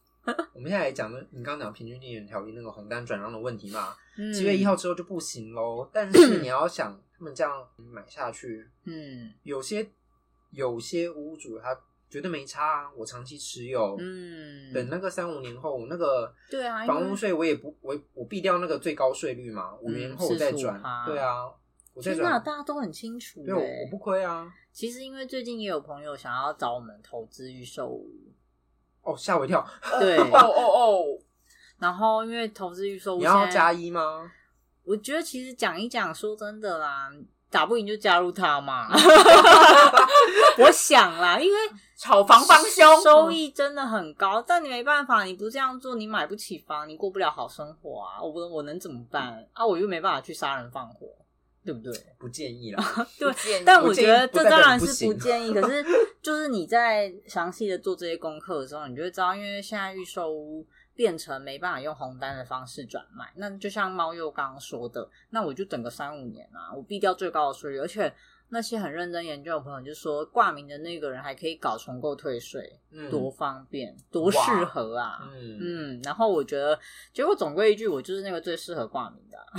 Speaker 1: 我们现在来讲的，你刚刚讲平均地缘条例那个红单转让的问题嘛，七月一
Speaker 3: 号，
Speaker 1: 号之后就不行喽。但是你要想，他们这样买下去，
Speaker 3: 嗯
Speaker 1: 有些有些屋主他觉得没差啊，我长期持有，
Speaker 3: 嗯，
Speaker 1: 等那个三五年后，我那个
Speaker 3: 对啊因为嗯
Speaker 1: 房屋税我也不我我避掉那个最高税率嘛，五年后我再转
Speaker 3: 45%，
Speaker 1: 对啊，我再
Speaker 3: 天哪，
Speaker 1: 转，
Speaker 3: 大家都很清楚、
Speaker 1: 对，我我
Speaker 3: 欸
Speaker 1: 不。亏啊。
Speaker 3: 其实因为最近也有朋友想要找我们投资预售 屋，
Speaker 1: 哦，吓我一跳！
Speaker 3: 对，
Speaker 2: 哦哦哦，
Speaker 3: 然后因为投资预售屋
Speaker 1: 你
Speaker 3: 现在，
Speaker 1: 要加一吗？
Speaker 3: 我觉得其实讲一讲，说真的啦，打不赢就加入 他嘛。我想啦，因为
Speaker 2: 炒房帮凶，
Speaker 1: 嗯
Speaker 3: 收益真的很高，但你没办法，你不这样做，你买不起房，你过不了好生活啊！我我能怎么办啊？我又没办法去杀人放火，对不对？
Speaker 1: 不建议 啦。
Speaker 3: 对
Speaker 2: 不建议
Speaker 3: 但
Speaker 1: 不
Speaker 3: 我
Speaker 1: 建
Speaker 3: 觉
Speaker 1: 议
Speaker 3: 得
Speaker 1: 不
Speaker 3: 这
Speaker 1: 代
Speaker 3: 当
Speaker 1: 表
Speaker 3: 然
Speaker 1: 不
Speaker 3: 是不
Speaker 1: 行
Speaker 3: 建议，可是就是你在详细的做这些功课的时候，你就会知道，因为现在预售屋变成没办法用红单的方式转卖，那就像猫又刚刚说的，那我就等个三五年啊，我避掉最高的税率，而且那些很认真研究的朋友就说，挂名的那个人还可以搞重购退税，
Speaker 1: 嗯
Speaker 3: 多方便，多适
Speaker 1: 哇
Speaker 3: 合啊！
Speaker 1: 嗯
Speaker 3: 嗯，然后我觉得，结果总归一句，我就是那个最适合挂名的啊、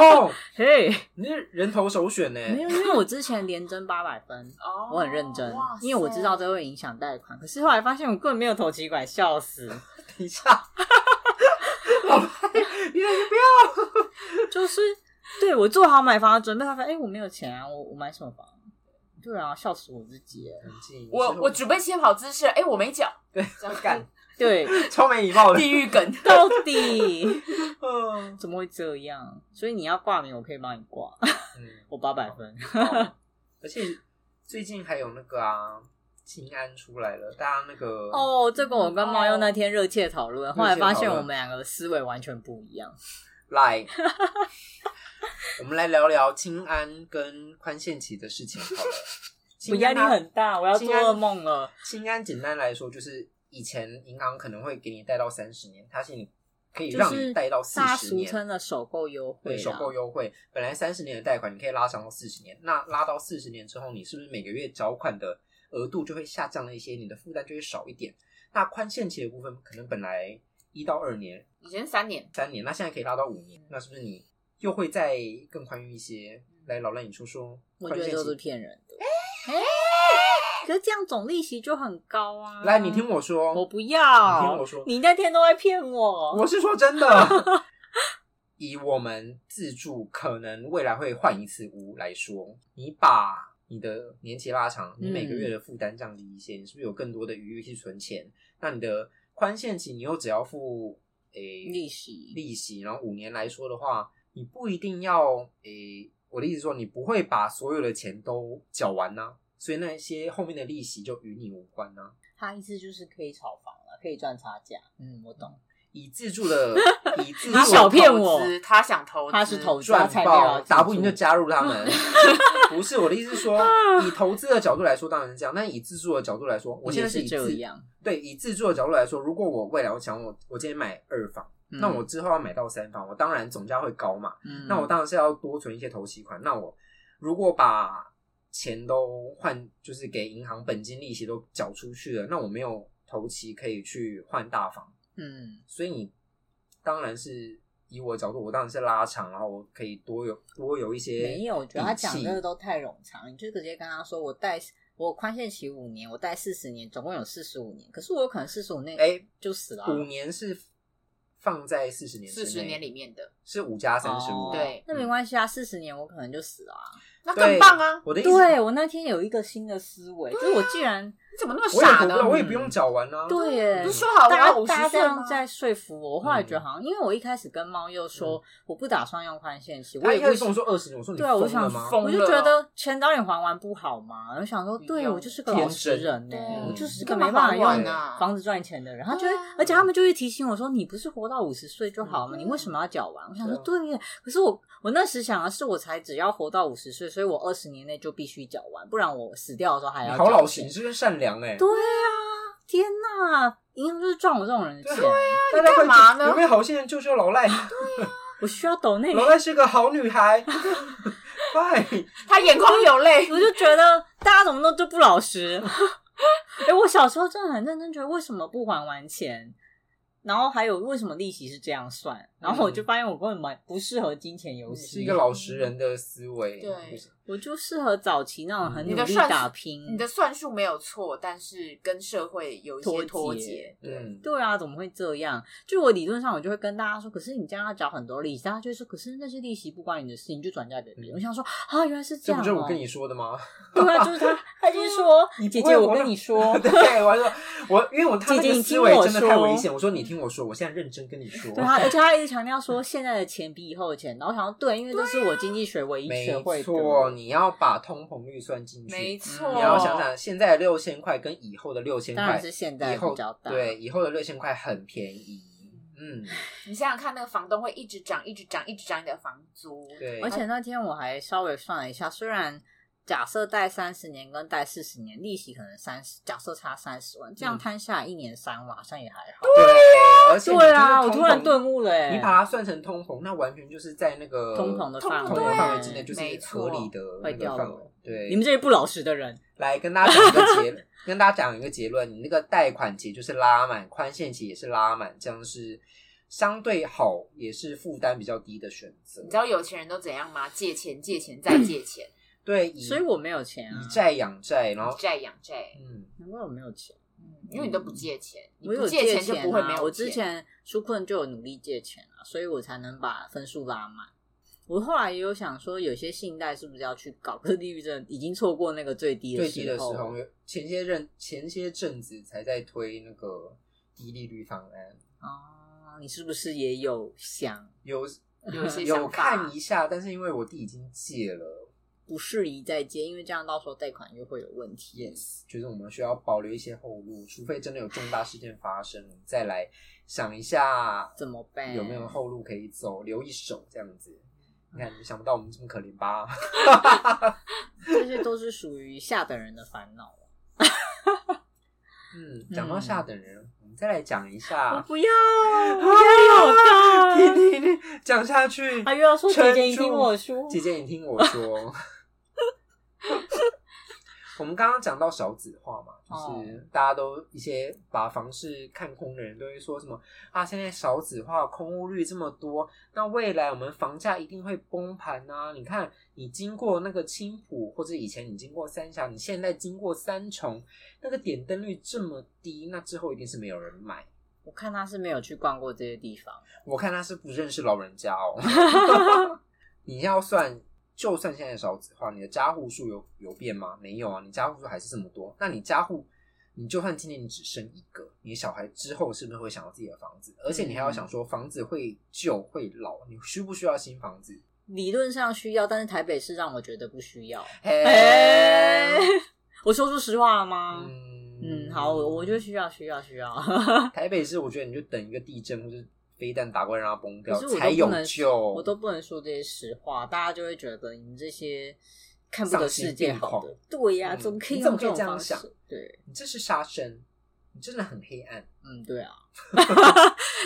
Speaker 1: 哦，
Speaker 3: 嘿，
Speaker 1: 你是人头首选呢？
Speaker 3: 没有，因为我之前连征八百分，
Speaker 2: 哦
Speaker 3: 我很认真
Speaker 2: 哇，
Speaker 3: 因为我知道这会影响贷款。可是后来发现我根本没有投期款，笑 死！
Speaker 1: 等一下， 老白，你那 是不要
Speaker 3: 就是对我做好买房的准备，发现哎、诶我没有钱啊，我我买什么房？对啊，笑死我自己了。
Speaker 1: 冷静。
Speaker 2: 我我准备写好姿势，哎，我没脚，
Speaker 1: 对
Speaker 2: 这样
Speaker 1: 干
Speaker 3: 对，
Speaker 1: 超没礼貌的。
Speaker 2: 地狱梗，
Speaker 3: 到底
Speaker 1: 嗯，
Speaker 3: 怎么会这样？所以你要挂名，我可以帮你挂，我八百分。
Speaker 1: 嗯 好而且最近还有那个啊，静安出来了，大家那个
Speaker 3: 哦，这个我跟猫又那天热切讨
Speaker 1: 嗯
Speaker 3: 论，后来发现我们两个的思维完全不一样。
Speaker 1: 来， 我们来聊聊静安跟宽限期的事情好了。
Speaker 3: 我
Speaker 1: 静
Speaker 3: 压
Speaker 1: 安
Speaker 3: 力
Speaker 1: 它
Speaker 3: 很大，我要做
Speaker 1: 静安
Speaker 3: 噩梦了。
Speaker 1: 清安简单来说，就是以前银行可能会给你贷到三十年，它是你可以
Speaker 3: 就
Speaker 1: 让
Speaker 3: 是
Speaker 1: 你贷到四
Speaker 3: 大家
Speaker 1: 十
Speaker 3: 俗
Speaker 1: 年，
Speaker 3: 称的啊首购优惠
Speaker 1: 对，
Speaker 3: 啦，
Speaker 1: 首购优惠。本来三十年的贷款，你可以拉长到四十年。那拉到四十年之后，你是不是每个月缴款的额度就会下降了一些，你的负担就会少一点？那宽限期的部分，可能本来一到二年、
Speaker 2: 以前三年，
Speaker 1: 三年，那现在可以拉到五年，那是不是你又会再更宽裕一些？来，老赖，你说说，
Speaker 3: 我觉
Speaker 1: 宽
Speaker 3: 得
Speaker 1: 限
Speaker 3: 都
Speaker 1: 期
Speaker 3: 是骗人的。
Speaker 1: 哎
Speaker 3: 哎可是这样总利息就很高啊！
Speaker 1: 来，你听我说，
Speaker 3: 我不要，
Speaker 1: 你听我说
Speaker 3: 你那天都在骗我。
Speaker 1: 我是说真的， 以我们自住可能未来会换一次屋来说，你把你的年期拉长，你每个月的负担降低一些，你是不是有更多的余裕去存钱？那你的宽限期，你又只要付诶、
Speaker 3: 利息
Speaker 1: 利息，然后五年来说的话，你不一定要诶、我的意思说，你不会把所有的钱都缴完呐、所以那些后面的利息就与你无关啊呐、
Speaker 3: 他意思就是可以炒房了，可以赚差价。嗯，我懂。
Speaker 1: 以自住 的，以自住
Speaker 3: 你小骗我
Speaker 2: 投资他想投资，
Speaker 3: 他是投资
Speaker 1: 赚
Speaker 3: 才没有要
Speaker 1: 爆，
Speaker 3: 自
Speaker 1: 打不赢
Speaker 3: 住
Speaker 1: 就加入他 们。不是我的意思是说，以投资的角度来说当然是这样，但以自住的角度来说，我现在以
Speaker 3: 也是这
Speaker 1: 自
Speaker 3: 样。
Speaker 1: 对以自住的角度来说，如果我未来我想我我今天买二房，
Speaker 3: 嗯
Speaker 1: 那我之后要买到三房，我当然总价会高嘛，
Speaker 3: 嗯
Speaker 1: 那我当然是要多存一些头期款。那我如果把钱都换，就是给银行本金利息都缴出去了，那我没有头期可以去换大房，
Speaker 3: 嗯，
Speaker 1: 所以你当然是以我的角度，我当然是拉长，然后我可以多有多有一些
Speaker 3: 没有，我觉得他讲
Speaker 1: 底气
Speaker 3: 这个都太冗长，你就直接跟他说，我贷我宽限期五年，我贷四十年，总共有四十五年。可是我有可能四十五年
Speaker 1: 哎
Speaker 3: 就死了啊。
Speaker 1: 五年是放在四十年之
Speaker 2: 四十
Speaker 1: 内
Speaker 2: 年里面的，
Speaker 1: 是五加三十
Speaker 3: 哦
Speaker 1: 五，嗯
Speaker 2: 对
Speaker 3: 那没关系啊，四十年我可能就死了啊。
Speaker 2: 那更
Speaker 1: 对
Speaker 2: 棒啊！
Speaker 1: 我的意思，
Speaker 3: 对我那天有一个新的思维，
Speaker 1: 啊
Speaker 3: 就是我既 然
Speaker 2: 你怎么那么
Speaker 1: 我也
Speaker 2: 傻
Speaker 1: 投不了，
Speaker 2: 呢？
Speaker 1: 我也不用缴完啊。
Speaker 3: 嗯对耶
Speaker 2: 不是说好了
Speaker 3: 大
Speaker 2: 要
Speaker 3: 家
Speaker 2: 五十
Speaker 3: 大家这
Speaker 2: 岁
Speaker 3: 样
Speaker 2: 吗？
Speaker 3: 在说服我，我后来
Speaker 1: 嗯
Speaker 3: 觉得好像，因为我一开始跟猫又说我不打算用宽限期，我
Speaker 1: 他
Speaker 3: 也
Speaker 1: 一
Speaker 3: 不
Speaker 1: 开始跟我说二十年，我说你
Speaker 3: 对啊，我
Speaker 1: 疯
Speaker 3: 想
Speaker 1: 了吗？
Speaker 2: 疯
Speaker 3: 我就
Speaker 2: 了
Speaker 3: 觉得钱早点还完不好嘛。我就想说，
Speaker 2: 不
Speaker 3: 对
Speaker 2: 用
Speaker 3: 我就是个老实人呢、
Speaker 2: 天真
Speaker 3: 我就
Speaker 1: 对
Speaker 3: 是
Speaker 2: 你
Speaker 3: 个
Speaker 2: 干
Speaker 3: 没
Speaker 2: 嘛
Speaker 3: 办法
Speaker 2: 还
Speaker 3: 用
Speaker 1: 完
Speaker 2: 啊
Speaker 3: 房子赚钱的人。他就会
Speaker 2: 对啊，
Speaker 3: 而且他们就会提醒我说，你不是活到五十岁就好了，
Speaker 2: 嗯
Speaker 3: 你为什么要缴完？我想说，
Speaker 1: 对
Speaker 3: 对耶。可是我我那时想的是，我才只要活到五十岁，所以我二十年内就必须缴完，不然我死掉的时候还
Speaker 1: 你
Speaker 3: 要
Speaker 1: 好
Speaker 3: 缴
Speaker 1: 老实，
Speaker 3: 钱
Speaker 1: 你是不是善良哎？
Speaker 3: 对啊，天哪！银行就是赚我这种人的钱，
Speaker 1: 大家快
Speaker 2: 你干嘛呢
Speaker 1: 有没有好心人救救老 赖？
Speaker 3: 我需要抖内，
Speaker 1: 老赖是个好女孩， 快！
Speaker 2: 他眼眶流泪，
Speaker 3: 我就觉得大家怎么都都不老实。 哎、我小时候真的很认真，觉得为什么不还完钱，然后还有为什么利息是这样算，然后我就发现我根本蛮不适合金钱游
Speaker 1: 嗯你
Speaker 3: 戏，
Speaker 1: 是一个老实人的思维，
Speaker 2: 对
Speaker 3: 我就适合早期
Speaker 1: 嗯
Speaker 3: 那种很
Speaker 2: 你
Speaker 3: 努
Speaker 2: 的
Speaker 3: 力
Speaker 2: 算
Speaker 3: 打
Speaker 2: 术
Speaker 3: 拼。
Speaker 2: 你的算术没有错，但是跟社会有一些
Speaker 3: 脱
Speaker 2: 脱
Speaker 3: 节
Speaker 2: 节。对，
Speaker 1: 嗯，
Speaker 3: 对啊，怎么会这样？就我理论上，我就会跟大家说，可是你这样要缴很多利息，大家就会说，可是那些利息不关你的事，你就转嫁给别
Speaker 1: 嗯
Speaker 3: 人。我想说啊，原来是这
Speaker 1: 这
Speaker 3: 样、
Speaker 1: 不
Speaker 3: 哦。
Speaker 1: 就是我跟你说的吗？
Speaker 3: 对啊， 就是他，他就是说，
Speaker 1: 你
Speaker 3: 姐
Speaker 1: 不
Speaker 3: 姐，
Speaker 1: 会
Speaker 3: 我
Speaker 1: 活
Speaker 3: 跟
Speaker 1: 到
Speaker 3: 你说，
Speaker 1: 对，我还说，我因为我他那
Speaker 3: 姐姐
Speaker 1: 个
Speaker 3: 你
Speaker 1: 思
Speaker 3: 听
Speaker 1: 维
Speaker 3: 我
Speaker 1: 真的太
Speaker 3: 说
Speaker 1: 危险。我说你听我说，我现在认真 跟你说。
Speaker 3: 对他，而且他一直强调说现在的钱比以后的钱，然后我想说对，因为这是我经济学唯一学
Speaker 1: 啊没
Speaker 3: 会的，
Speaker 1: 错，你要把通膨率算
Speaker 3: 嗯
Speaker 1: 进去，
Speaker 2: 没错。
Speaker 1: 你要想想现在的六千块跟以后的六千
Speaker 3: 当然
Speaker 1: 块
Speaker 3: 是，现在
Speaker 1: 以后
Speaker 3: 比较大，
Speaker 1: 对以后的六千块很便宜，嗯，
Speaker 2: 你想想看，那个房东会一直涨，一直涨，一直涨你的房租。
Speaker 1: 对，
Speaker 3: 而且那天我还稍微算了一下，虽然假设贷三十年跟贷四十年利息可能三十，假设差三十万，这样
Speaker 1: 嗯
Speaker 3: 摊下来一年三万好像也还好。
Speaker 1: 对，而且你
Speaker 3: 对啊，
Speaker 1: 就是
Speaker 3: 我
Speaker 1: 通
Speaker 3: 突然
Speaker 1: 膨
Speaker 3: 顿悟了、欸，
Speaker 1: 你把它算成通膨，那完全就是在那个
Speaker 3: 通膨的
Speaker 2: 通膨
Speaker 3: 范
Speaker 1: 通
Speaker 3: 围
Speaker 1: 膨
Speaker 2: 对
Speaker 1: 范围之内，就是
Speaker 2: 没错
Speaker 1: 合理的
Speaker 3: 坏
Speaker 1: 那个
Speaker 3: 掉
Speaker 1: 范
Speaker 3: 了
Speaker 1: 围。对，
Speaker 3: 你们这些不老实的人，
Speaker 1: 来跟大家讲一个结， 跟大家讲一个结论，你那个贷款期就是拉满，宽限期也是拉满，这样是相对好，也是负担比较低的选择
Speaker 2: 你。知道有钱人都怎样吗？借钱，借钱，再借钱，
Speaker 1: 对，以
Speaker 3: 所以我没有钱啊
Speaker 1: 以，债养债，然后
Speaker 2: 以债养债。
Speaker 1: 嗯，
Speaker 3: 难怪我没有钱。
Speaker 2: 嗯，因为你都不借钱，你
Speaker 3: 我
Speaker 2: 不
Speaker 3: 有
Speaker 2: 借
Speaker 3: 钱
Speaker 2: 就不会没有
Speaker 3: 啊。我之前纾困就有努力借钱啊，所以我才能把分数拉满。我后来也有想说，有些信贷是不是要去搞？可是利率真的已经错过那个最低
Speaker 1: 最
Speaker 3: 的
Speaker 1: 低的时
Speaker 3: 候，
Speaker 1: 候，前些任前些阵子才在推那个低利率方案，
Speaker 3: 哦，你是不是也有想
Speaker 1: 有
Speaker 2: 有一些
Speaker 1: 有
Speaker 2: 想法
Speaker 1: 看一下，但是因为我弟已经戒了
Speaker 3: 不适宜再借？因为这样到时候贷款又会有问题。
Speaker 1: ，yes，就是我们需要保留一些后路，除非真的有重大事件发生，我们再来想一下
Speaker 3: 怎么办？
Speaker 1: 有没有后路可以走，留一手这样子。你看，想不到我们这么可怜吧？
Speaker 3: 这些都是属于下等人的烦恼啊。
Speaker 1: 嗯，讲到下等人，我们再来讲一下
Speaker 3: 我。不要，
Speaker 1: 啊
Speaker 3: 我不要
Speaker 1: 听
Speaker 3: 老大。
Speaker 1: 听听，讲下去。
Speaker 3: 啊他又要说姐姐，你
Speaker 1: 撑
Speaker 3: 听
Speaker 1: 住
Speaker 3: 我说，
Speaker 1: 姐姐，你听我说。 我们刚刚讲到少子化嘛，
Speaker 3: 哦
Speaker 1: 就是大家都一些把房市看空的人都会说什么啊，现在少子化，空屋率这么多，那未来我们房价一定会崩盘啊！你看，你经过那个青浦，或者以前你经过三峡，你现在经过三重，那个点灯率这么低，那之后一定是没有人买。
Speaker 3: 我看他是没有去逛过这些地方。
Speaker 1: 我看他是不认识老人家哦。 你要算，就算现在少子化，你的家户数有有变吗？没有啊，你家户数还是这么多。那你家户，你就算今年你只生一个，你小孩之后是不是会想要自己的房子？而且你还要
Speaker 3: 嗯
Speaker 1: 想说，房子会旧会老，你需不需要新房子？
Speaker 3: 理论上需要，但是台北市让我觉得不需要。
Speaker 1: 嘿，
Speaker 3: 我说出实话了吗？嗯
Speaker 1: 哎嗯
Speaker 3: 好，我我就需要需要需要。
Speaker 1: 台北市，我觉得你就等一个地震或者飞弹打过来让它崩掉
Speaker 3: 可是我都
Speaker 1: 才有
Speaker 3: 不能
Speaker 1: 救，
Speaker 3: 我都不能说这些实话，大家就会觉得你们这些看不得世界好
Speaker 1: 丧
Speaker 3: 的
Speaker 1: 心。
Speaker 3: 对呀、
Speaker 1: 嗯
Speaker 3: 怎么可以
Speaker 1: 你怎
Speaker 3: 用
Speaker 1: 么可以
Speaker 3: 这种
Speaker 1: 这样
Speaker 3: 方式
Speaker 1: 想？
Speaker 3: 对，
Speaker 1: 你这是杀生，你真的很黑暗。
Speaker 3: 嗯，对啊，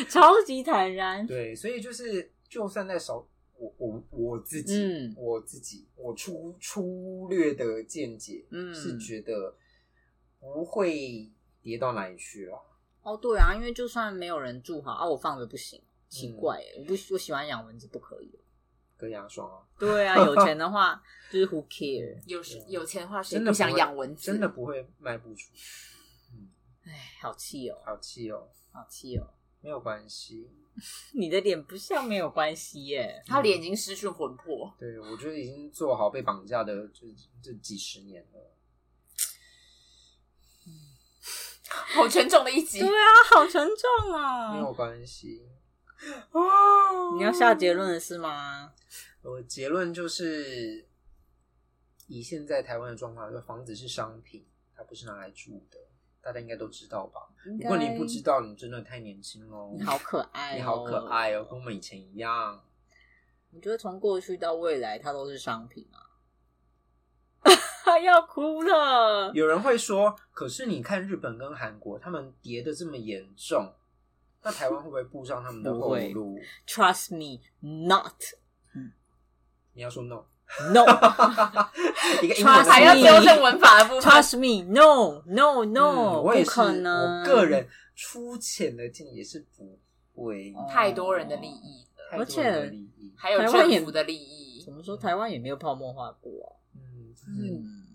Speaker 3: 超级坦然。
Speaker 1: 对，所以就是就算在少，我我我自己，
Speaker 3: 嗯
Speaker 1: 我自己，我粗粗略的见解，
Speaker 3: 嗯
Speaker 1: 是觉得不会跌到哪里去了。
Speaker 3: 哦，对啊，因为就算没有人住好啊，我放着不行，奇怪欸、我不我喜欢养蚊子，不可以。
Speaker 1: 隔牙霜啊，
Speaker 3: 对啊， 有钱的话就是 who care。
Speaker 2: 有时有钱的话，谁
Speaker 1: 真的
Speaker 2: 不
Speaker 1: 不
Speaker 2: 想
Speaker 1: 会
Speaker 2: 养蚊子？
Speaker 1: 真的不会卖不出去，
Speaker 3: 哎，好气哦，
Speaker 1: 好气哦，
Speaker 3: 好气哦！
Speaker 1: 没有关系。
Speaker 3: 你的脸不像没有关系耶，
Speaker 2: 他脸已经失去魂魄。
Speaker 1: 对，我觉得已经做好被绑架的这这几十年了。
Speaker 2: 好沉重的一集
Speaker 3: 对，啊，好沉重
Speaker 1: 没有
Speaker 3: 哦。
Speaker 1: 关系。
Speaker 3: 你要下结论了是吗？
Speaker 1: 我呃结论就是，以现在台湾的状况来说，房子是商品，它不是拿来住的，大家应该都知道吧？如果你不知道，你真的太年轻喽。
Speaker 3: 你好可爱、
Speaker 1: 你好可爱哦，跟。我们以前一样。
Speaker 3: 我觉得从过去到未来，它都是商品啊。 要哭了，
Speaker 1: 有人会说，可是你看日本跟韩国，他们跌的这么严重，那台湾会不会步上他们的
Speaker 3: 不
Speaker 1: 后
Speaker 3: 会
Speaker 1: 路？
Speaker 3: Trust me, not
Speaker 1: 你要说 no，
Speaker 3: no.
Speaker 1: 一个英文
Speaker 3: 刷
Speaker 1: 的嗯
Speaker 2: 还要
Speaker 1: 字
Speaker 3: 你
Speaker 2: 纠正文法的部分。
Speaker 3: Trust me, no, no,
Speaker 1: 嗯
Speaker 3: no，、
Speaker 1: 我也
Speaker 3: 不
Speaker 1: 是，
Speaker 3: 可能。
Speaker 1: 我个人粗浅的建议也是不会，
Speaker 3: 哦
Speaker 2: 太多人的利益了，
Speaker 1: 太多
Speaker 3: 而且
Speaker 1: 人的利益
Speaker 2: 还有
Speaker 3: 台湾也
Speaker 2: 政府的利益
Speaker 3: 怎。么说？台湾也没有泡沫化过啊。
Speaker 1: 嗯，就是
Speaker 3: 嗯，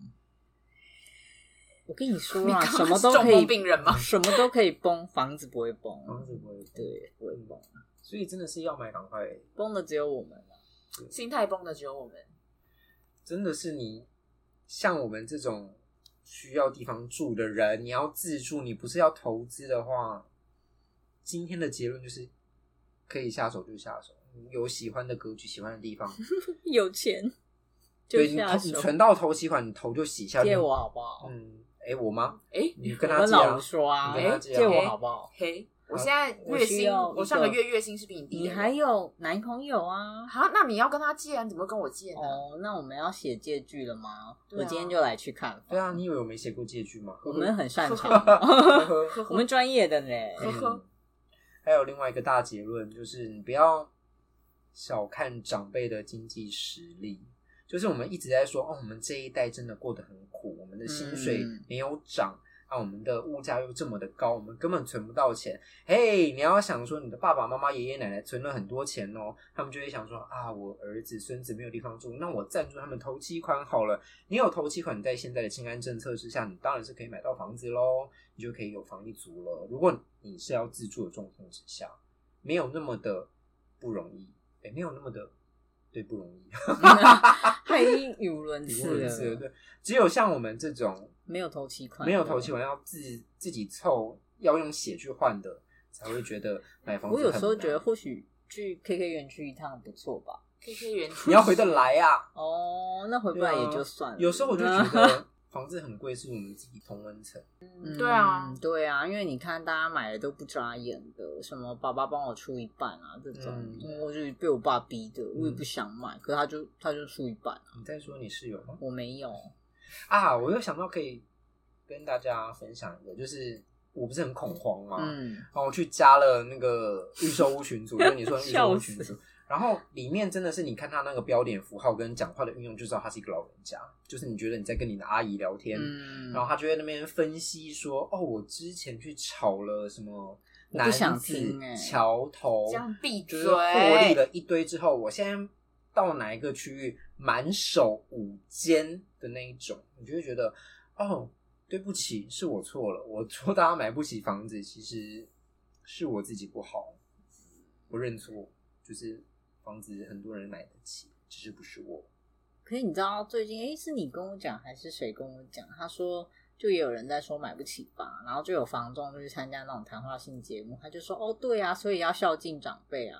Speaker 3: 我跟你说
Speaker 2: 你
Speaker 3: 啊，
Speaker 2: 刚
Speaker 3: 什
Speaker 2: 刚
Speaker 3: 么
Speaker 2: 是
Speaker 3: 都
Speaker 2: 中
Speaker 3: 可
Speaker 2: 风
Speaker 3: 以，
Speaker 2: 病人吗？
Speaker 3: 什么都可以崩，房子不会崩，
Speaker 1: 房子不会对。
Speaker 3: 对，不会崩，
Speaker 1: 所以真的是要买赶快，
Speaker 3: 崩的只有我们啊
Speaker 2: 心态崩的只有我们。
Speaker 1: 真的是你像我们这种需要地方住的人，你要自住，你不是要投资的话，今天的结论就是可以下手就下手，你有喜欢的格局、喜欢的地 方，
Speaker 3: 有钱就
Speaker 1: 对你
Speaker 3: 下
Speaker 1: 投你
Speaker 3: 手，
Speaker 1: 存到头期款，你头就洗下去
Speaker 3: 借我好不好？
Speaker 1: 嗯，哎、我吗？
Speaker 2: 哎
Speaker 1: 你跟
Speaker 3: 我
Speaker 1: 他
Speaker 3: 跟
Speaker 1: 借
Speaker 3: 老
Speaker 1: 啊
Speaker 3: 吴，说啊，
Speaker 1: 你跟他
Speaker 3: 哎，
Speaker 1: 借啊
Speaker 3: 借我好不好？
Speaker 2: 嘿，我现在
Speaker 3: 我
Speaker 2: 月
Speaker 3: 需
Speaker 2: 薪，
Speaker 3: 要
Speaker 2: 我
Speaker 3: 一
Speaker 2: 上个
Speaker 3: 个
Speaker 2: 月月薪是比你低的。
Speaker 3: 你还有男朋友啊？
Speaker 2: 好，那你要跟他借啊？你怎么会跟我借呢？
Speaker 3: 哦，那我们要写借据了吗？
Speaker 2: 对啊
Speaker 3: 我今天就来去看。
Speaker 1: 对啊，你以为我没写过借据吗？
Speaker 3: 哦我们很擅长
Speaker 1: 呵
Speaker 3: 哦，
Speaker 1: 呵
Speaker 3: 我们专业的呢。
Speaker 2: 呵呵
Speaker 1: 嗯还有另外一个大结论，就是你不要小看长辈的经济实力。就是我们一直在说，哦，我们这一代真的过得很苦，我们的薪水
Speaker 3: 嗯
Speaker 1: 没有涨，啊，我们的物价又这么的高，我们根本存不到钱。嘿，你要想说，你的爸爸妈妈、爷爷奶奶存了很多钱哦，他们就会想说，啊，我儿子、孙子没有地方住，那我赞助他们头期款好了。你有头期款，在现在的清安政策之下，你当然是可以买到房子喽，你就可以有房一族了。如果你是要自住的状况之下，没有那么的不容易，也没有那么的对不容易，
Speaker 3: 他已经语无伦
Speaker 1: 语
Speaker 3: 次
Speaker 1: 无伦次了
Speaker 3: 了，
Speaker 1: 对，只有像我们这种
Speaker 3: 没有头期款，
Speaker 1: 没有头期款要自自己凑，要用血去换的，才会觉得买房子
Speaker 3: 我有
Speaker 1: 很
Speaker 3: 时候
Speaker 1: 难
Speaker 3: 觉得或许去 KK 园区一趟不错吧。
Speaker 2: K K 园区，
Speaker 1: 你要回得来啊。
Speaker 3: 哦，那回不来也就算了。
Speaker 1: 有时候我就觉 得房子很贵，是我们自己同温层。
Speaker 3: 嗯，
Speaker 2: 对啊，
Speaker 3: 对啊，因为你看大家买的都不眨眼的，什么爸爸帮我出一半啊这种，
Speaker 1: 嗯
Speaker 3: 我就是被我爸逼的，我也不想买，可是他就他就出一半啊，
Speaker 1: 你在说你室友吗？
Speaker 3: 我没有。
Speaker 1: 啊，我又想到可以跟大家分享一个，就是我不是很恐慌嘛，
Speaker 3: 嗯，
Speaker 1: 然后我哦去加了那个预售屋群组，就是你说的预售屋群
Speaker 3: 笑
Speaker 1: 组，然后里面真的是你看他那个标点符号跟讲话的运用，就知道他是一个老人家，就是你觉得你在跟你的阿姨聊天，
Speaker 3: 嗯
Speaker 1: 然后他就在那边分析说，哦，我之前去炒了什么
Speaker 3: 不
Speaker 1: 男
Speaker 3: 想
Speaker 1: 子
Speaker 3: 听欸
Speaker 1: 桥头，
Speaker 2: 这样闭
Speaker 1: 就
Speaker 2: 嘴，
Speaker 1: 是获利了一堆之后，我现在到哪一个区域满手五间的那一种，你就会觉得哦，对不起，是我错了，我说大家买不起房子，其实是我自己不好，我认错，就是房子很多人买得起，只是不是我。
Speaker 3: 可是你知道最近，诶，是你跟我讲还是谁跟我讲？他说就也有人在说买不起吧，然后就有房东就去参加那种谈话性节目，他就说哦对啊，所以要孝敬长辈啊。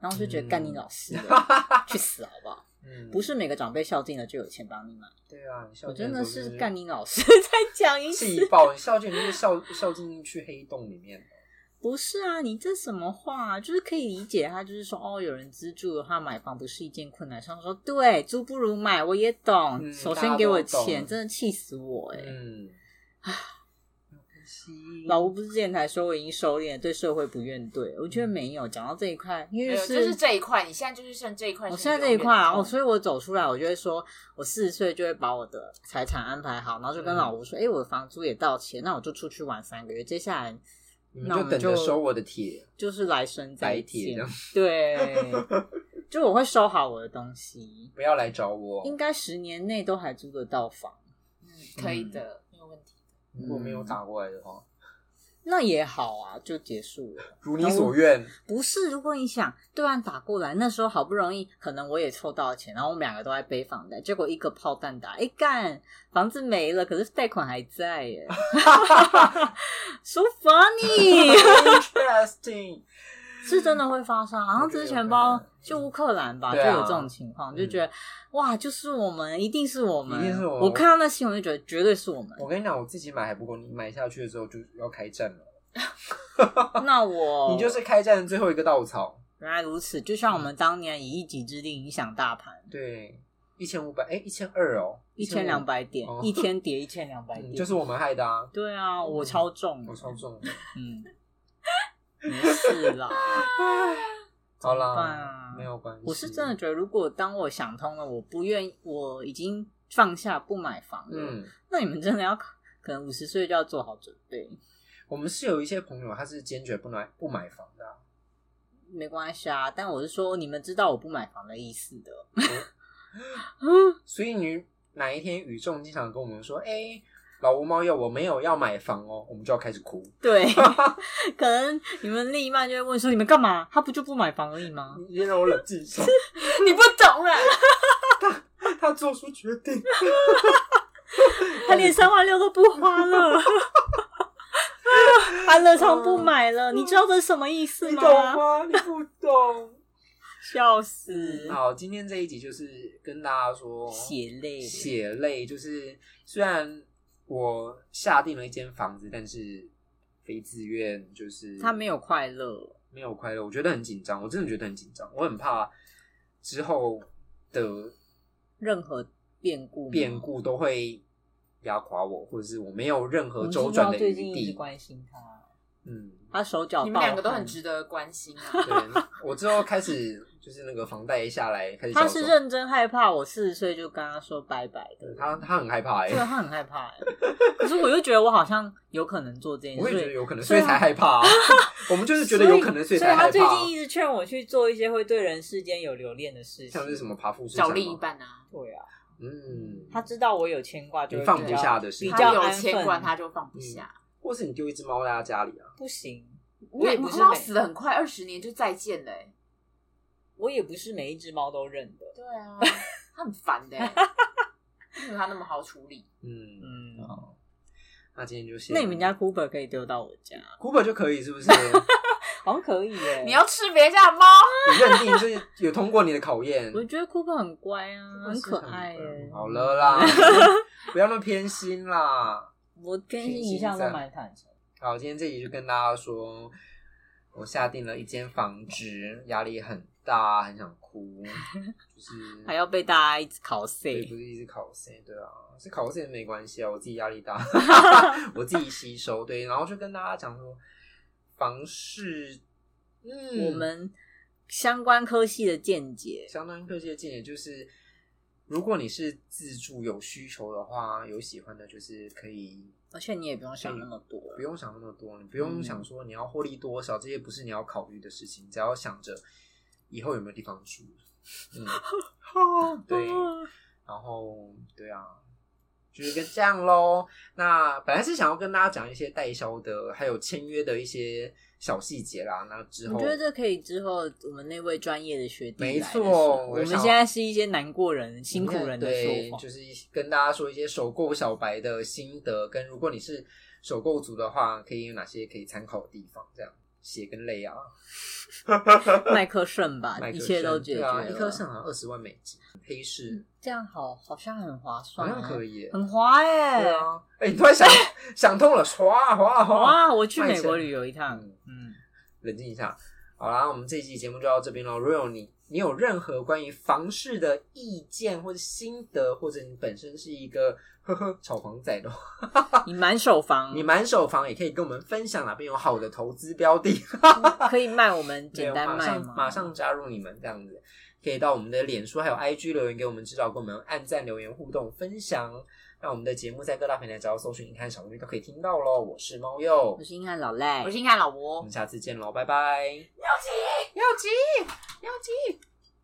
Speaker 3: 然后我就觉得
Speaker 1: 嗯
Speaker 3: 干你老师啊，去死好不好？
Speaker 1: 嗯
Speaker 3: 不是每个长辈孝敬了就有钱帮你买，
Speaker 1: 对啊，你孝
Speaker 3: 我
Speaker 1: 敬
Speaker 3: 真的
Speaker 1: 很多
Speaker 3: 是
Speaker 1: 就
Speaker 3: 干你老师 再讲一
Speaker 1: 气
Speaker 3: 次。
Speaker 1: 爆，你孝敬就是孝孝敬去黑洞里面。
Speaker 3: 不是啊，你这什么话、啊？就是可以理解他，就是说哦，有人资助的话，买房不是一件困难事。他说对，租不如买，我也懂。
Speaker 1: 嗯
Speaker 3: 首先给我
Speaker 1: 大家都
Speaker 3: 钱，
Speaker 1: 懂
Speaker 3: 真的气死我哎、
Speaker 1: 嗯，没有关系
Speaker 3: 老吴不是之前才说我已经收敛，对社会不怨怼，我觉得没有。讲到这一块，因
Speaker 2: 没
Speaker 3: 为
Speaker 2: 有就是哎这一块，你现在就是剩这一块是你
Speaker 3: 我现
Speaker 2: 永
Speaker 3: 在
Speaker 2: 远的痛，
Speaker 3: 这一块啊，哦，所
Speaker 2: 以
Speaker 3: 以我走出来，我就会说，我四十岁就会把我的财产安排好，然后就
Speaker 1: 嗯
Speaker 3: 跟老吴说，哎、我的房租也到期了，那我就出去玩三个月，接下来
Speaker 1: 你们
Speaker 3: 那我
Speaker 1: 就
Speaker 3: 们
Speaker 1: 等着
Speaker 3: 就
Speaker 1: 收我的铁
Speaker 3: 就是来生再
Speaker 1: 白铁这
Speaker 3: 见
Speaker 1: 样。，
Speaker 3: 对，就我会收好我的东西，
Speaker 1: 不要来找我。
Speaker 3: 应该十年内都还租得到房，
Speaker 2: 嗯，可以的，没有问题。
Speaker 1: 如果
Speaker 3: 嗯
Speaker 1: 没有打过来的话，
Speaker 3: 那也好啊，就结束了。
Speaker 1: 如你所 愿，
Speaker 3: 不是，如果你想对岸打过来，那时候好不容易，可能我也凑到了钱，然后我们两个都在背房贷，结果一个炮弹打，哎干，房子没了，可是贷款还在耶 ，so funny，
Speaker 1: interesting。
Speaker 3: 是真的会发生。好像之前包
Speaker 1: 我觉得有可能
Speaker 3: 就乌克兰吧，就
Speaker 1: 对啊
Speaker 3: 有这种情况，就觉得哇，就是我们，一定是我们，
Speaker 1: 一定是我们
Speaker 3: 我看到那新闻就觉得绝对是我们。
Speaker 1: 我跟你讲，我自己买还不够，你买下去的时候就要开战了。
Speaker 3: 那我
Speaker 1: 你就是开战的最后一个稻草。
Speaker 3: 原来如此，就像我们当年以一己之力影响大盘。
Speaker 1: 对，一千五百，哎，一千二哦，
Speaker 3: 一千两百点，
Speaker 1: 哦
Speaker 3: 一天跌一千两百
Speaker 1: 嗯，
Speaker 3: 点，
Speaker 1: 就是我们害的啊。
Speaker 3: 对啊，我超重，
Speaker 1: 我超，重的。
Speaker 3: 嗯，没事啦，
Speaker 1: 好
Speaker 3: 怎么办啊
Speaker 1: 啦，没有关系。
Speaker 3: 我是真的，觉得，如果当我想通了，我不愿，我已经放下不买房了，
Speaker 1: 嗯，
Speaker 3: 那你们真的要 可能五十岁就要做好准备，
Speaker 1: 我们是有一些朋友，他是坚决不买不买房的啊、
Speaker 3: 没关系啊，但我是说，你们知道我不买房的意思的，
Speaker 1: 所以你哪一天语重心长地跟我们说，哎、老吴猫要我没有要买房哦，我们就要开始哭。
Speaker 3: 对， 可能你们另一半就会问说，你们干嘛？他不就不买房而已吗？
Speaker 1: 你先让我冷静一下。
Speaker 2: 你不懂啦，
Speaker 1: 他做出决定，
Speaker 3: 他连三万六都不花了， 安乐仓不买了，你知道这是什么意思
Speaker 1: 你懂
Speaker 3: 吗？
Speaker 1: 吗？你不懂。
Speaker 3: 笑死，
Speaker 1: 好，今天这一集就是跟大家说
Speaker 3: 血泪，
Speaker 1: 血泪，就是虽然我下定了一间房子，但是非自愿，就是
Speaker 3: 他没有快乐，
Speaker 1: 没有快乐，我觉得很紧张，我真的觉得很紧张，我很怕之后的
Speaker 3: 任何变故吗
Speaker 1: 变。故都会压垮我，或者是我没有任
Speaker 3: 我
Speaker 1: 何
Speaker 3: 们知
Speaker 1: 周
Speaker 3: 不知
Speaker 1: 转
Speaker 3: 道
Speaker 1: 的
Speaker 3: 最
Speaker 1: 余
Speaker 3: 近一
Speaker 1: 地。
Speaker 3: 直关心他，
Speaker 1: 嗯，
Speaker 3: 他手脚
Speaker 2: 你们两个都
Speaker 3: 爆汗
Speaker 2: 很值得关心啊。
Speaker 3: 嗯
Speaker 1: 对，我之后开始就是那个房贷一下来开始销售，
Speaker 3: 他是认真害怕，我四十岁就跟他说拜拜的
Speaker 1: 对。他他很害怕哎、
Speaker 3: 对他很害怕欸，可是我又觉得我好像有可能做这件事，
Speaker 1: 我也觉
Speaker 3: 所
Speaker 1: 得
Speaker 3: 以
Speaker 1: 有可能，所
Speaker 3: 所以
Speaker 1: 以才害怕、啊。我们就是觉得有可能，
Speaker 3: 所以
Speaker 1: 才
Speaker 3: 他
Speaker 1: 害
Speaker 3: 最
Speaker 1: 怕啊、
Speaker 3: 近一直劝我去做一些会对人世间有留恋的事情，
Speaker 1: 像是什么爬富士山
Speaker 2: 找
Speaker 1: 吗
Speaker 2: 另一，半啊，
Speaker 3: 对啊，
Speaker 1: 嗯，
Speaker 3: 他知道我有牵挂，就会
Speaker 1: 你放
Speaker 3: 比
Speaker 1: 不
Speaker 3: 较
Speaker 1: 下的事
Speaker 3: 比
Speaker 1: 情
Speaker 2: 他
Speaker 3: 较
Speaker 2: 有
Speaker 3: 安
Speaker 2: 牵
Speaker 3: 分嗯
Speaker 2: 挂他就放不下。
Speaker 1: 或是你丢一只猫在他家里啊，
Speaker 3: 不行。我
Speaker 2: 那
Speaker 3: 也不是
Speaker 2: 猫死
Speaker 3: 每
Speaker 2: 的很快，二十年就再见了欸。
Speaker 3: 我也不是每一只猫都认的，
Speaker 2: 对啊，他很烦的 欸，为什么他那么好处理？
Speaker 1: 嗯
Speaker 3: 嗯
Speaker 1: 好那今天就先
Speaker 3: 那你们家 Cooper 可以丢到我家，
Speaker 1: Cooper 就可以是不是？
Speaker 3: 好像可以耶。
Speaker 2: 你要吃别人家的猫，
Speaker 1: 你认定是有通过你的考验，
Speaker 3: 我觉得 Cooper 很乖
Speaker 1: 嗯
Speaker 3: 啊，很可爱耶。
Speaker 1: 好了 啦，不要那么偏心啦。
Speaker 3: 我跟印象都蛮坦诚。
Speaker 1: 好，今天这集就跟大家说，我下定了一间房子，压力很大，很想哭，就是
Speaker 3: 还要被大家一直考
Speaker 1: 对，
Speaker 3: C，
Speaker 1: 不是一直考试，对啊，是考试也没关系啊，我自己压力 大，我自己吸收。对，然后就跟大家讲说，房市，嗯，
Speaker 3: 我们相关科系的见解，
Speaker 1: 相当科技的建议就是，如果你是自助有需求的话，有喜欢的，就是可以
Speaker 3: 而且你也不用想那么多
Speaker 1: 不用想那么多，你不用
Speaker 3: 嗯
Speaker 1: 想说你要获利多少，这些不是你要考虑的事情，只要想着以后有没有地方住。 嗯，
Speaker 3: 了。
Speaker 1: 对然后对啊，就是跟这样喽。那本来是想要跟大家讲一些代销的，还有签约的一些小细节啦。那嗯之后
Speaker 3: 我觉得这可以之后我们那位专业的学弟来
Speaker 1: 没
Speaker 3: 的时候
Speaker 1: 错
Speaker 3: 我
Speaker 1: 我
Speaker 3: 们
Speaker 1: 想
Speaker 3: 现在是一些难过人、辛苦人的
Speaker 1: 对
Speaker 3: 说，法。
Speaker 1: 就是跟大家说一些首购小白的心得，跟如果你是首购族的话，可以有哪些可以参考的地方？这样血跟泪啊，
Speaker 3: 麦克胜吧
Speaker 1: 麦，克
Speaker 3: 一切都
Speaker 1: 圣
Speaker 3: 解决
Speaker 1: 对啊
Speaker 3: 了。
Speaker 1: 一颗肾好像二十万美金，黑市
Speaker 3: 这样好，好像很划
Speaker 1: 好
Speaker 3: 算，啊
Speaker 1: 像可，以耶。
Speaker 3: 很划哎。
Speaker 1: 对啊，哎、你突然想 想通了，唰唰
Speaker 3: 好
Speaker 1: 唰，
Speaker 3: 啊，我去美国旅游一趟
Speaker 1: 嗯，
Speaker 3: 嗯，
Speaker 1: 冷静一下。好啦，我们这一期节目就到这边喽。如果有你你有任何关于房市的意见或者心得，或者你本身是一个呵呵炒房仔的话，
Speaker 3: 你满手 房，
Speaker 1: 你满手房也可以跟我们分享哪边有好的投资标 的，
Speaker 3: 可以卖我们
Speaker 1: 对
Speaker 3: 简单
Speaker 1: 马
Speaker 3: 卖
Speaker 1: 上
Speaker 3: 吗？
Speaker 1: 马上加入你们这样子，可以到我们的脸书还有 IG 留言给我们知道，跟我们按赞留言互动分享。那我们的节目在各大平台只要搜寻“你看小妹妹”都可以听到喽。我是猫鼬
Speaker 3: 我，是英汉老赖，
Speaker 2: 我先看老
Speaker 1: 我
Speaker 2: 吴
Speaker 1: 们。下次见喽，拜拜。
Speaker 2: 要急，要急，要急。